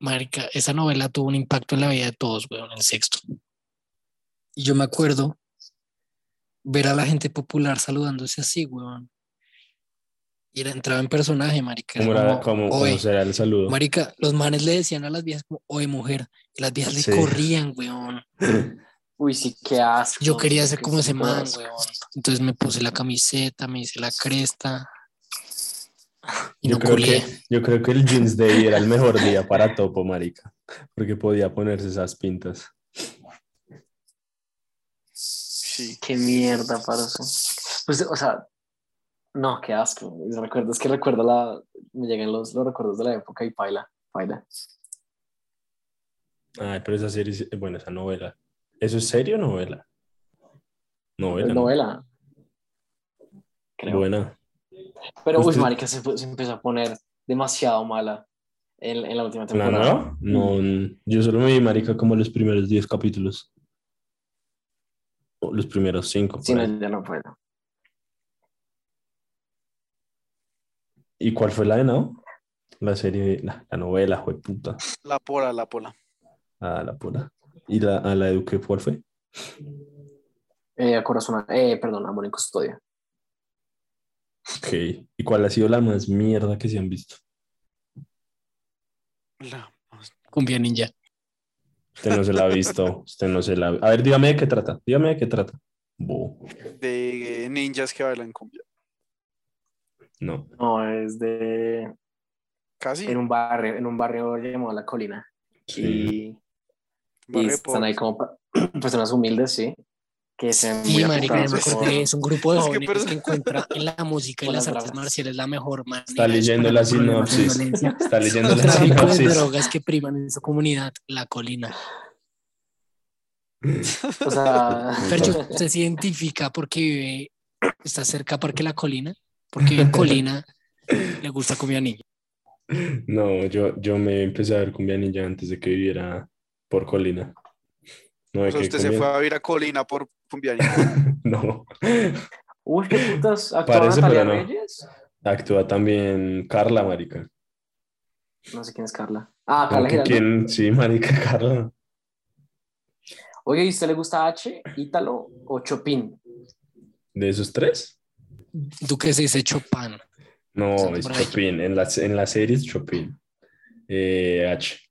C: Marica, esa novela tuvo un impacto en la vida de todos, weón, en sexto. Y yo me acuerdo ver a la gente popular saludándose así, weón. Y era, entraba en personaje, marica.
B: ¿Cómo, era,
C: Como,
B: cómo- cómo
C: "Oe,
B: será el saludo?
C: Marica, los manes le decían a las viejas como, oye, mujer. Y las viejas
B: Sí.
C: le corrían, weón.
D: Uy, sí, qué asco.
C: Yo quería ser como
D: Qué
C: ese man,
D: asco.
C: weón. Entonces me puse la camiseta, me hice la
B: [laughs]
C: cresta. Y
B: Yo
C: no
B: creo
C: culé.
B: que, yo creo que el Jeans Day era el mejor día para Topo, marica, porque podía ponerse esas pintas.
E: Sí.
D: Qué mierda, parce. Pues, o sea, No, qué asco. Es- Recuerdo, es que recuerdo la. Me llegan los, los recuerdos de la época y paila, paila.
B: Ay, pero esa serie, es- bueno, esa novela. ¿Eso es serie o novela? Novela.
D: Es
B: ¿no?
D: novela. Creo.
B: Buena.
D: Pero, uy,
B: Usted-
D: marica, se, fue- se empezó a poner demasiado mala en, en la última
B: ¿La
D: temporada.
B: nueva? No, n- yo solo me vi marica como los primeros 10 capítulos. O los primeros 5.
D: Sí, no, ya no puedo.
B: ¿Y cuál fue la de Nao? La serie, la, la novela, fue puta.
E: La pola, la pola.
B: A la pura. ¿Y la, a la de Duque cuál fue?
D: Eh, Corazón, eh, perdón, Amor en Custodia.
B: Ok. ¿Y cuál ha sido la más mierda que se han visto?
E: La-
C: Cumbia Ninja.
B: Usted no se la ha visto. Usted no se la ha A ver, dígame de qué trata. Dígame de qué trata. Bo,
E: De ninjas que bailan cumbia.
B: no.
D: No, es de.
E: Casi.
D: En un barrio, en un barrio llamado La Colina.
B: Sí.
D: Y- Y, están ahí como pa- [clears throat] personas humildes, sí. Que se
C: Sí,
D: muy
C: marica,
D: apuntadas
C: ya me acordé,
D: con-
C: es un grupo de
E: Es que,
C: jóvenes que,
E: perdón.
C: encuentra en la música y
D: Con
C: las
D: las
C: artes
D: drogas.
C: marciales la mejor manera.
B: Está leyendo
C: de
B: la
C: superar los problemas de
B: sinopsis.
C: violencia.
B: [laughs] Está
D: [laughs]
B: leyendo
C: El
B: la
C: tráfico de
B: sinopsis.
C: drogas que privan en su comunidad, la colina.
D: O [laughs] sea,
C: Fercho, ¿usted se identifica porque vive, está cerca a Parque La Colina?
B: [laughs]
C: Porque vive en Colina, le gusta comida niña.
B: No, yo, yo me empecé a ver cumbia ninja antes de que viviera por Colina. No,
E: O
B: de
E: sea,
B: que
E: usted se
B: cumbia-
E: fue a ir a Colina por cumbia.
B: [laughs] No.
D: uy, qué putas actúa
B: Parece,
D: Natalia
B: pero no.
D: Reyes.
B: Actúa también Carla, marica.
D: No sé quién es Carla. Ah,
B: Como
D: Carla
B: que
D: Giraldo.
B: quién- sí, marica, [laughs] Carla.
D: Oye, ¿y usted le gusta H, Ítalo o Chopin?
B: ¿De esos tres?
C: Duque se dice Chopin.
B: No,
C: Exacto,
B: es
C: por ahí.
B: Chopin. En la, en la serie es Chopin. Eh, H.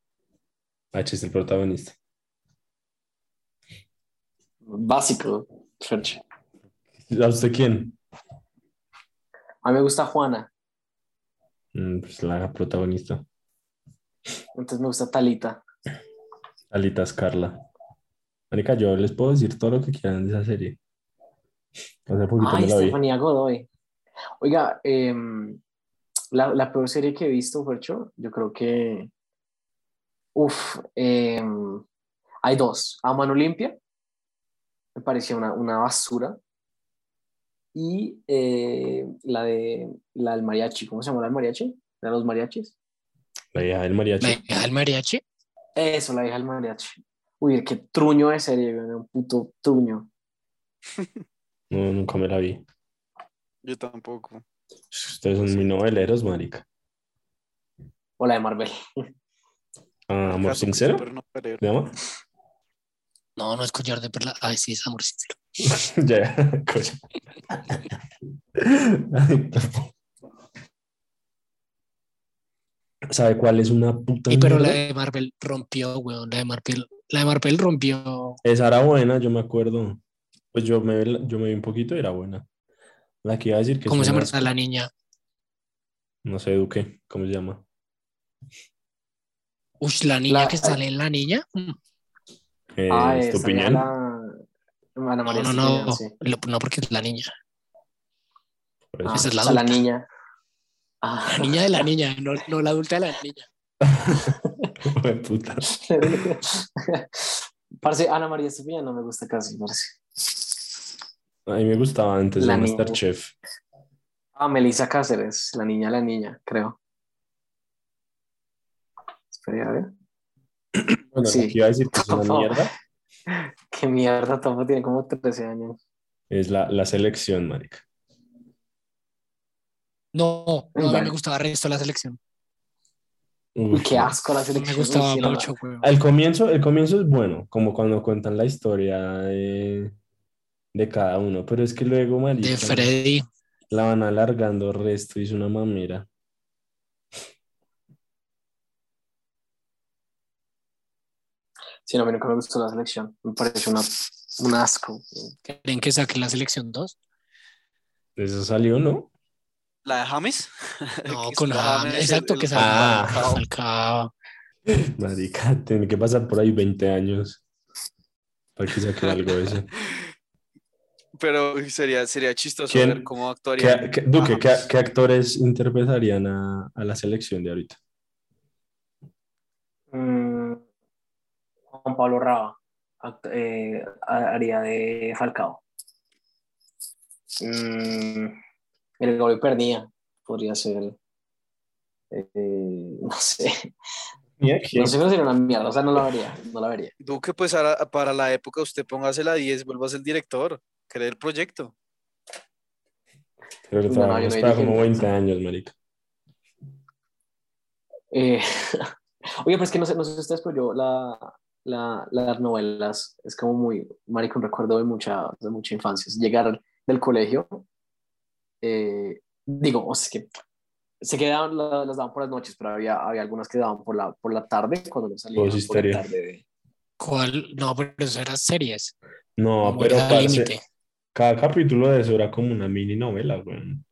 B: H es el protagonista.
D: Básico, Fercho.
B: ¿A usted quién?
D: A mí me gusta Juana,
B: Mm, Pues la protagonista.
D: entonces me gusta Talita.
B: Alitas Carla. Marica, yo les puedo decir todo lo que quieran de esa serie. Hace poquito me
D: Ay,
B: pues la vi.
D: Estefanía Godoy. Oiga, em, la, la peor serie que he visto, Fercho, yo creo que. Uf, em, hay dos. A mano limpia, me parecía una, una basura. Y eh, la de la del mariachi, ¿cómo se llama la del mariachi? ¿La de los mariachis?
B: La hija del
C: La
B: mariachi.
C: hija del mariachi.
D: Eso, la hija del mariachi. Uy, qué truño de serie, weón, un puto truño.
B: No, nunca me la vi.
E: Yo tampoco.
B: Ustedes son muy noveleros, marica.
D: O la de Marvel.
B: Ah, amor
E: Gato que
B: sincero.
E: super no peleo.
B: ¿Se llama?
C: No, no es collar de perla. Ay, sí, es amor sincero.
B: [laughs] Ya, [laughs] coño. ¿Sabe cuál es una puta
C: Y pero la
B: mierda?
C: de Marvel rompió, weón. La de Marvel, la de Marvel rompió.
B: Esa era buena, yo me acuerdo. Pues yo me, vi la- yo me vi un poquito y era buena. La que iba a decir que es
C: ¿Cómo se
B: una-
C: llama la niña?
B: No sé, Duque, ¿cómo se llama?
C: Uy, la niña
D: La-
C: que sale en la niña. Mm.
B: Eh,
D: Ah,
B: ¿es tu
D: esa era
B: opinión?
D: la- Ana María
C: No, no,
D: Estupiñán,
C: no.
D: sí.
C: Lo- No, porque es la niña.
B: Por
D: Ah,
B: eso.
C: Esa es la
D: o sea, la
C: adulta.
D: niña. Ah.
C: La
D: [laughs]
C: niña de la niña, no, no la adulta de la niña. Ah.
B: [laughs] Joder, puta.
D: Parce, Ana María Estupiñán no me gusta casi, parce.
B: A mí me gustaba antes
D: La
B: de
D: niña.
B: Masterchef.
D: Ah, Melissa Cáceres, la niña, la niña, creo. Espera, a ver.
B: Bueno,
D: Sí.
B: la que iba a decir que es una
D: [laughs] No.
B: mierda
D: Qué mierda, tampoco tiene como 13 años.
B: es la, la selección, marica.
C: No, no, a mí
D: Vale.
C: me gustaba el resto de la selección.
B: Uy,
D: Uy, qué asco la
C: Me
D: selección.
C: gustaba
D: Sí, no,
C: mucho, weón.
B: Al comienzo, el comienzo es bueno, como cuando cuentan la historia de, de cada uno, pero es que luego, marica,
C: De Freddy.
B: la van alargando resto y es una mamera.
D: Sí, no, a mí nunca me gustó la selección. Me parece una, un asco.
C: ¿Creen que saque la selección 2?
B: Eso salió, ¿no?
E: ¿La de James? [laughs]
C: No,
E: Que
C: con
E: está
C: James.
E: James,
C: Exacto,
E: el-
C: que
E: el-
C: salga
B: Ah.
C: Falcao.
B: Marica, [laughs] tiene
D: [laughs]
B: que pasar por ahí 20 años para que saque algo de eso.
E: Pero uy, sería, sería chistoso
B: ¿Quién?
E: ver cómo actuaría.
B: ¿Qué- qué- Duque, ¿qué,
E: Ajá.
B: qué actores interpretarían a, a la selección de ahorita?
D: Mm, Juan Pablo Raba act- eh, ha- haría de Falcao. Mm, Gregorio Pernía podría ser. eh, [laughs] no sé. No sé, pero sería una mierda. O sea, no la vería. No la vería.
E: Duque, pues ahora- para la época usted póngase la 10, vuelva a ser director, creer el proyecto.
B: Creo que
D: No,
B: trabajamos
D: yo no
B: pues, para
D: dije-
B: como 20 años, marica.
D: Eh, [laughs] oye, pero es que no sé, no sé ustedes, pero yo la, la- las novelas es como muy, marica, un recuerdo de mucha, de mucha infancia. Es llegar del colegio, eh, digo, o sea, es que se quedaban, la- las daban por las noches, pero había, había algunas que daban por la, por la tarde cuando no salían
B: Voz
D: por la
B: Histeria.
D: tarde. de-
C: ¿Cuál? No, pero eso eran series.
B: No, pero
C: Era al
B: parce,
C: límite.
B: cada capítulo de eso era como una mini novela, weón.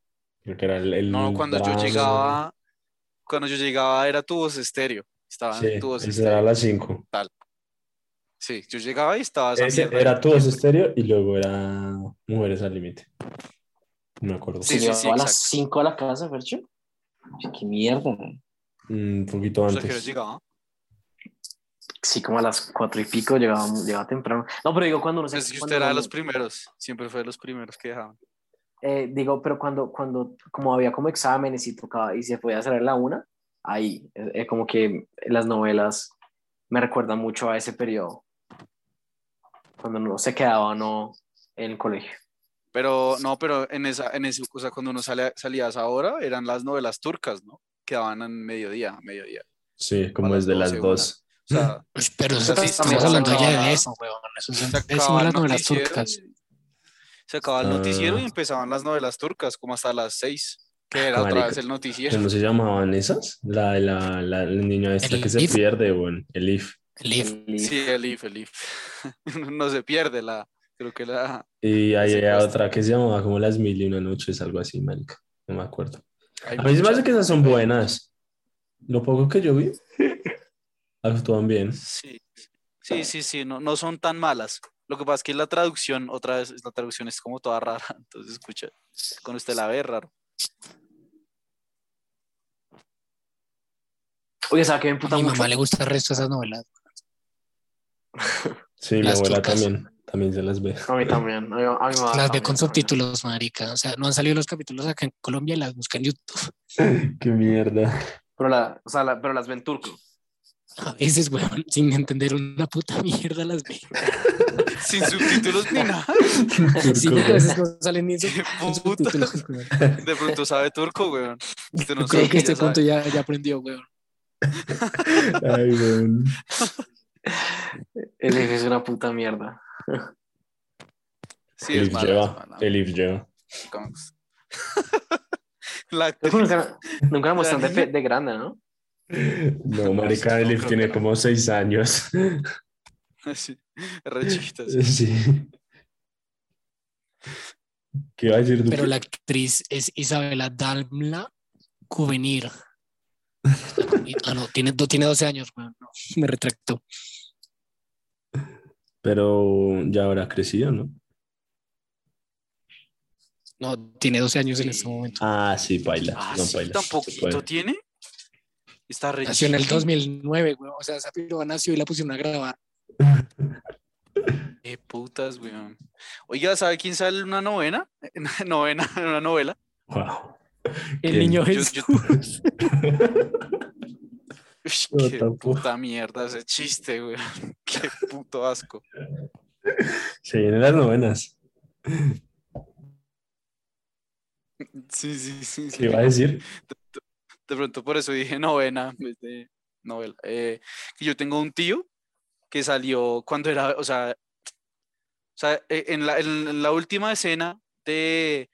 B: Porque era el, el
E: No, cuando yo
B: drama,
E: llegaba, cuando yo llegaba era tu voz estéreo. Estaba
B: Sí,
E: en tu voz
B: ese era a
E: estéreo.
B: las 5.
E: Sí, yo llegaba y estaba esa mierda.
B: era tu voz estéreo y luego era Mujeres al Límite. No me acuerdo.
E: Sí,
D: se
E: sí,
D: llevaba
E: sí,
D: a las
E: exacto.
D: 5 a la casa, Fercho. Ay, Qué mierda.
B: Mm, Un poquito
E: O sea, que yo
B: antes.
E: llegaba.
D: Sí, como a las cuatro y pico llegaba, llegaba temprano. No, pero digo, cuando no sé.
E: Es que Pues usted
D: cuando
E: era de
D: uno-
E: los primeros, siempre fue de los primeros que dejaban.
D: Eh, digo, pero cuando, cuando, como había como exámenes y tocaba y se podía hacer a la una, ahí, eh, eh, como que las novelas me recuerdan mucho a ese periodo, cuando no se quedaba no en el colegio.
E: Pero no, pero en esa, en ese, o sea, cuando uno sale, salía a esa hora, eran las novelas turcas, ¿no? Que daban en mediodía, mediodía.
B: Sí, como
E: a las
B: desde las
E: 12,
B: 2.
E: O
B: [laughs]
E: sea,
C: Uy, Pues, pero
E: Eso
C: eso,
E: sí,
C: estamos
E: se
C: hablando
E: acaba
C: ya
E: la-
C: de eso, weón. Eso es
E: se
C: de
E: acaba el
C: las novelas
E: noticiero
C: turcas.
E: y- Se acababa el noticiero y
B: Ah.
E: empezaban las novelas turcas, como hasta las seis, que era otra
B: Marica.
E: vez el noticiero.
B: ¿Cómo se llamaban esas? La, la, la, la niña esta
C: El
B: que se
C: If.
B: pierde, weón. El IF.
C: Leaf.
D: Y-
E: Sí, el IF, el IF. [laughs] no se pierde la, creo que la,
B: Y ahí
E: Sí,
B: había
E: pues.
B: otra que se llamaba como Las Mil y Una Noches, algo así, marica. No me acuerdo.
E: hay
B: A mí se me
E: muchas.
B: hace que esas son buenas. Lo poco que
C: [laughs]
B: yo vi, actúan bien.
E: Sí, sí, sí, sí, no, no son tan malas. Lo que pasa es que la traducción, otra vez, la traducción es como toda rara, [laughs] entonces escucha, con usted la ve raro.
D: Oye, ¿sabes qué me
C: A
D: emputa
C: mi
D: mucho?
C: mamá le gusta el resto de esas novelas.
B: Sí, mi
C: Las
B: abuela
C: turcas.
B: también, también se las ve.
D: A mí también. A mi, a mi mamá
C: las ve
D: también,
C: con
D: también.
C: subtítulos, marica. O sea, no han salido los capítulos acá en Colombia y las buscan en YouTube.
B: [laughs] Qué mierda. [laughs]
D: Pero, la, o sea, la- pero las ven turco.
C: A veces, weón, sin entender una puta mierda las
E: [laughs]
C: ve.
E: Sin subtítulos [laughs] ni nada.
C: [laughs] Sí, pues. porque a veces no salen ni en sub-
E: [laughs] Qué
C: en
E: puta.
C: subtítulos,
E: [laughs]
C: weón.
E: De pronto sabe turco, weón. Usted no
C: Yo creo
E: sabe,
C: que
E: ya
C: este
E: sabe.
C: cuento ya, ya aprendió, weón.
B: Ay,
C: [laughs]
B: weón.
D: El jefe es una puta mierda.
E: Sí,
B: El
E: es
B: IF
E: mala, es
B: lleva.
E: mala.
B: El IF lleva.
E: [laughs] La
D: Creo que Nunca, nunca la muestran de,
E: niña?
D: pe- de grande, ¿no?
B: No, marica, el
E: no,
B: IF
E: creo
B: tiene
E: que no.
B: como seis años. [laughs]
E: [laughs] Sí, re chiquita, sí.
B: Sí. ¿Qué iba a decir
C: Pero
E: [laughs]
B: Duque?
C: la actriz es Isabela Dalmla
E: [laughs]
C: Cuvenir. Ah, no, tiene, do- tiene 12 años, weón. No, me retracto.
B: Pero ya habrá crecido, ¿no?
C: No, tiene 12 años en este momento.
B: Ah, sí, baila.
E: Ah,
B: no,
E: sí,
B: baila.
E: tan
B: Se
E: poquito
B: puede.
E: tiene. Está re
C: Nació en el
E: chiquita.
C: 2009, weón. O sea, esa piroba nació y la pusieron a grabar.
E: Qué Eh, putas, weón. Oiga, ¿sabe quién sale en una novena? [laughs] En una novena, en una novela.
B: Wow.
C: El
B: ¿Quién?
C: niño
E: Yo-
B: [laughs]
C: Jesús.
E: yo- Ush,
B: No,
E: qué
B: tampoco.
E: puta mierda ese chiste, weón. [laughs] Qué puto asco.
B: Se vienen las novenas.
E: Sí, sí, sí. sí.
B: ¿Qué iba a decir?
E: De pronto por eso dije [laughs] novena en vez de novela. Eh, que yo tengo un tío que salió cuando era, o sea, o sea eh, en, la, en la última escena de,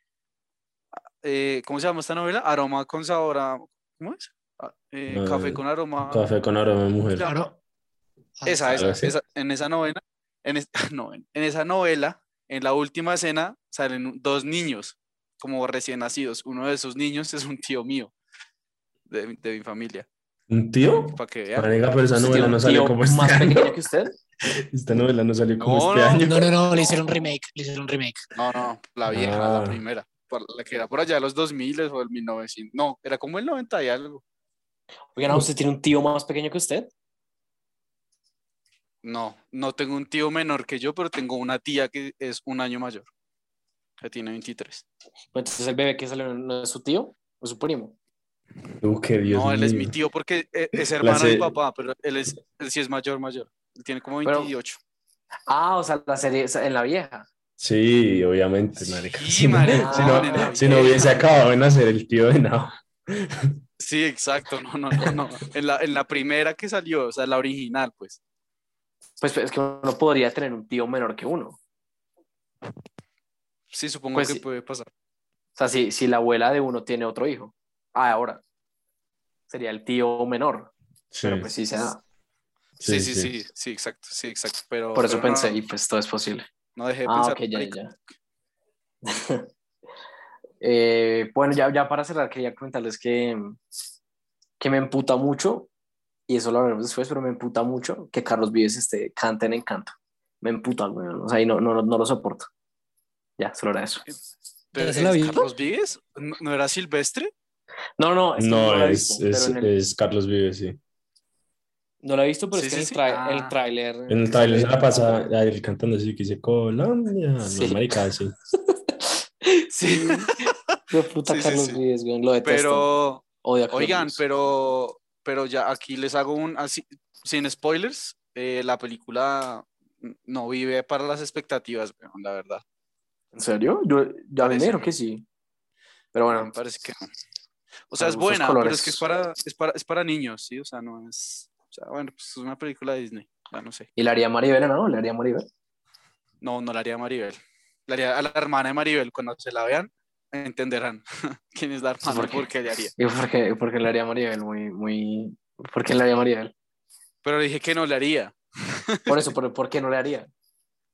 E: eh, ¿cómo se llama esta novela? Aroma con sabor a, ¿cómo es? Ah, eh,
B: No,
E: café
B: eh,
E: con aroma.
B: Café con aroma de mujer.
C: Claro.
E: Esa,
B: Algo
E: esa,
B: así.
E: esa- en esa novena, en, es- [laughs] no, en en esa novela, en la última escena, salen un- dos niños, como recién nacidos. Uno de esos niños es un tío mío, de, mi- de mi familia.
B: ¿Un tío?
E: para que vean.
B: Marica, pero esa
D: ¿Usted tiene
B: novela
D: un
B: no salió
D: tío
B: como este
D: más pequeño
B: año.
D: que usted?
B: [laughs] Esta novela no salió como este
E: No, no.
B: año.
C: No, no, no, le hicieron remake, le hicieron remake.
E: No, no, la vieja,
B: Ah.
E: la primera. por- La que era por allá de los 2000 o el 1900. No, era como el 90 y algo.
D: Oigan, ¿usted tiene un tío más pequeño que usted?
E: No, no tengo un tío menor que yo, pero tengo una tía que es un año mayor. Que tiene 23.
D: Pues Entonces el bebé que salió no es su tío, o su primo.
B: Uh, qué Dios
E: no, él es mi
B: mío.
E: tío porque eh, es hermano de
B: se-
E: mi papá, pero él, es, él sí es mayor, mayor. Él tiene como
D: Pero-
E: 28.
D: Ah, o sea, la serie esa- en la vieja.
B: Sí, obviamente, marica.
E: Sí,
B: Si no-
E: marica,
B: si no,
E: en la
B: si no
E: vieja.
B: hubiese acabado de nacer el tío de Nao.
E: Sí, exacto. No, no, no. no. En, la, en la primera que salió, o sea, la original, pues.
D: Pues es que uno podría tener un tío menor que uno. O
E: Sí, supongo
D: Pues
E: que
D: sí.
E: puede pasar.
D: sea, si, si la abuela de uno tiene otro hijo. Ah, ahora. Sería el tío menor.
B: Sí,
D: Pero pues sí se da.
E: Sí, sí, sí, sí, exacto, sí, exacto. Pero,
D: Por eso
E: pero no,
D: pensé,
E: no,
D: y pues todo es posible.
E: No, dejé de
D: Ah,
E: pensar.
D: ok, ya,
E: marica.
D: ya. ya. [laughs] Eh, bueno, ya, ya para cerrar, quería comentarles que, que me emputa mucho, y eso lo hablaremos después, pero me emputa mucho que Carlos Vives esté, cante en Encanto. Me emputa, güey. O sea, y no, no, no lo soporto. Ya, solo era eso.
E: Pero,
C: ¿Ya se la
E: ¿es
C: vio?
E: ¿Carlos Vives? ¿No no era Silvestre?
D: No, no, es que
B: No,
D: lo he
B: es,
D: visto,
B: es, eh,
D: pero en el-
B: es Carlos Vives, sí.
D: no lo he visto, pero
E: Sí,
D: es que
E: sí,
D: en el
E: sí.
D: tra-
E: Ah.
D: el tráiler...
B: En el trailer se la pasa a él cantando así que dice Colombia,
D: Sí.
B: no, marica, sí.
D: Sí. [laughs] Yo puta
E: Sí, sí,
D: Carlos
E: sí.
D: Vives, güey, lo detesto.
E: Pero,
D: Odio a Carlos
E: oigan,
D: Vives.
E: pero, pero ya aquí les hago un, así, sin spoilers, eh, la película no vive para las expectativas, weón, la verdad.
D: ¿En serio? Yo, ya me
E: Parece,
D: dijeron
E: ¿no?
D: que sí. Pero
E: Me
D: bueno,
E: parece que no. O sea,
D: Para
E: es
D: gustos
E: buena, pero es que
D: Ah. colores.
E: es para, es para, es para niños, ¿sí? O sea, no es... O sea, bueno, pues es una película de Disney, ya no sé.
D: y la haría Maribel, ¿no? Le haría Maribel.
E: No, no la haría a Maribel. La haría a la hermana de Maribel, cuando se la vean, entenderán [laughs] quién es la hermana,
D: ¿Por
E: por
D: qué?
E: qué, le haría.
D: Y porque, porque le haría Maribel, muy, muy. ¿Por qué le haría Maribel?
E: Pero le dije que no le haría.
D: Por eso, ¿por, por qué no le haría?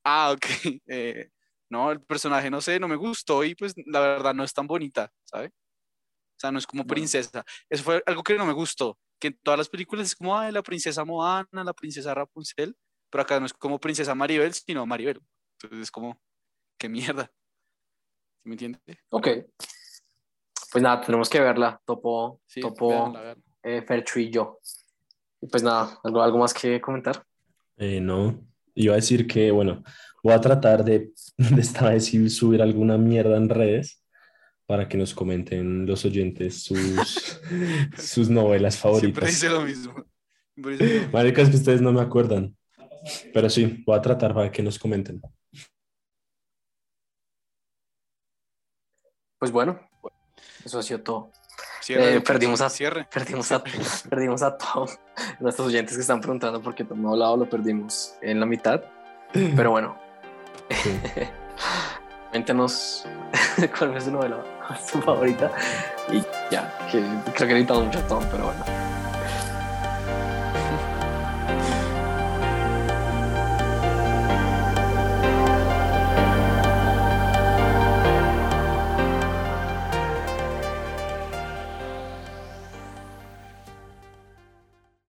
E: Ah, ok. [laughs] Eh, no, el personaje, no sé, no me gustó y pues la verdad no es tan bonita, ¿sabes? O sea, no es como princesa. Eso fue algo que no me gustó, que en todas las películas es como, ay, la princesa Moana, la princesa Rapunzel, pero acá no es como princesa Maribel, sino Maribel. Entonces es como, qué mierda. ¿Sí ¿Me entiendes?
D: Ok. Pues nada, tenemos que verla. Topo,
E: Sí,
D: topo
E: véanla, véanla.
D: eh, Ferchu y yo. Y pues nada, ¿algo, algo más que comentar?
B: Eh, no, iba a decir que, bueno, voy a tratar de, [laughs] de esta vez sí subir alguna mierda en redes para que nos comenten los oyentes
E: [laughs]
B: sus, sus novelas
E: Siempre
B: favoritas.
E: dice lo mismo. Siempre dice lo mismo.
B: Marica, es que ustedes no me acuerdan, pero sí, voy a tratar para que nos comenten.
D: Pues bueno, eso ha sido todo.
E: Cierre,
D: Eh,
E: Lucas,
D: perdimos a-
E: Cierre.
D: Perdimos
E: [laughs]
D: a, perdimos a Tom. Nuestros oyentes que están preguntando por qué Tom no ha hablado, lo perdimos en la mitad. Pero bueno,
B: Sí.
D: [laughs] Cuéntanos [laughs] cuál es su novela su favorita. Y ya, que creo que necesitamos mucho a Tom, pero bueno.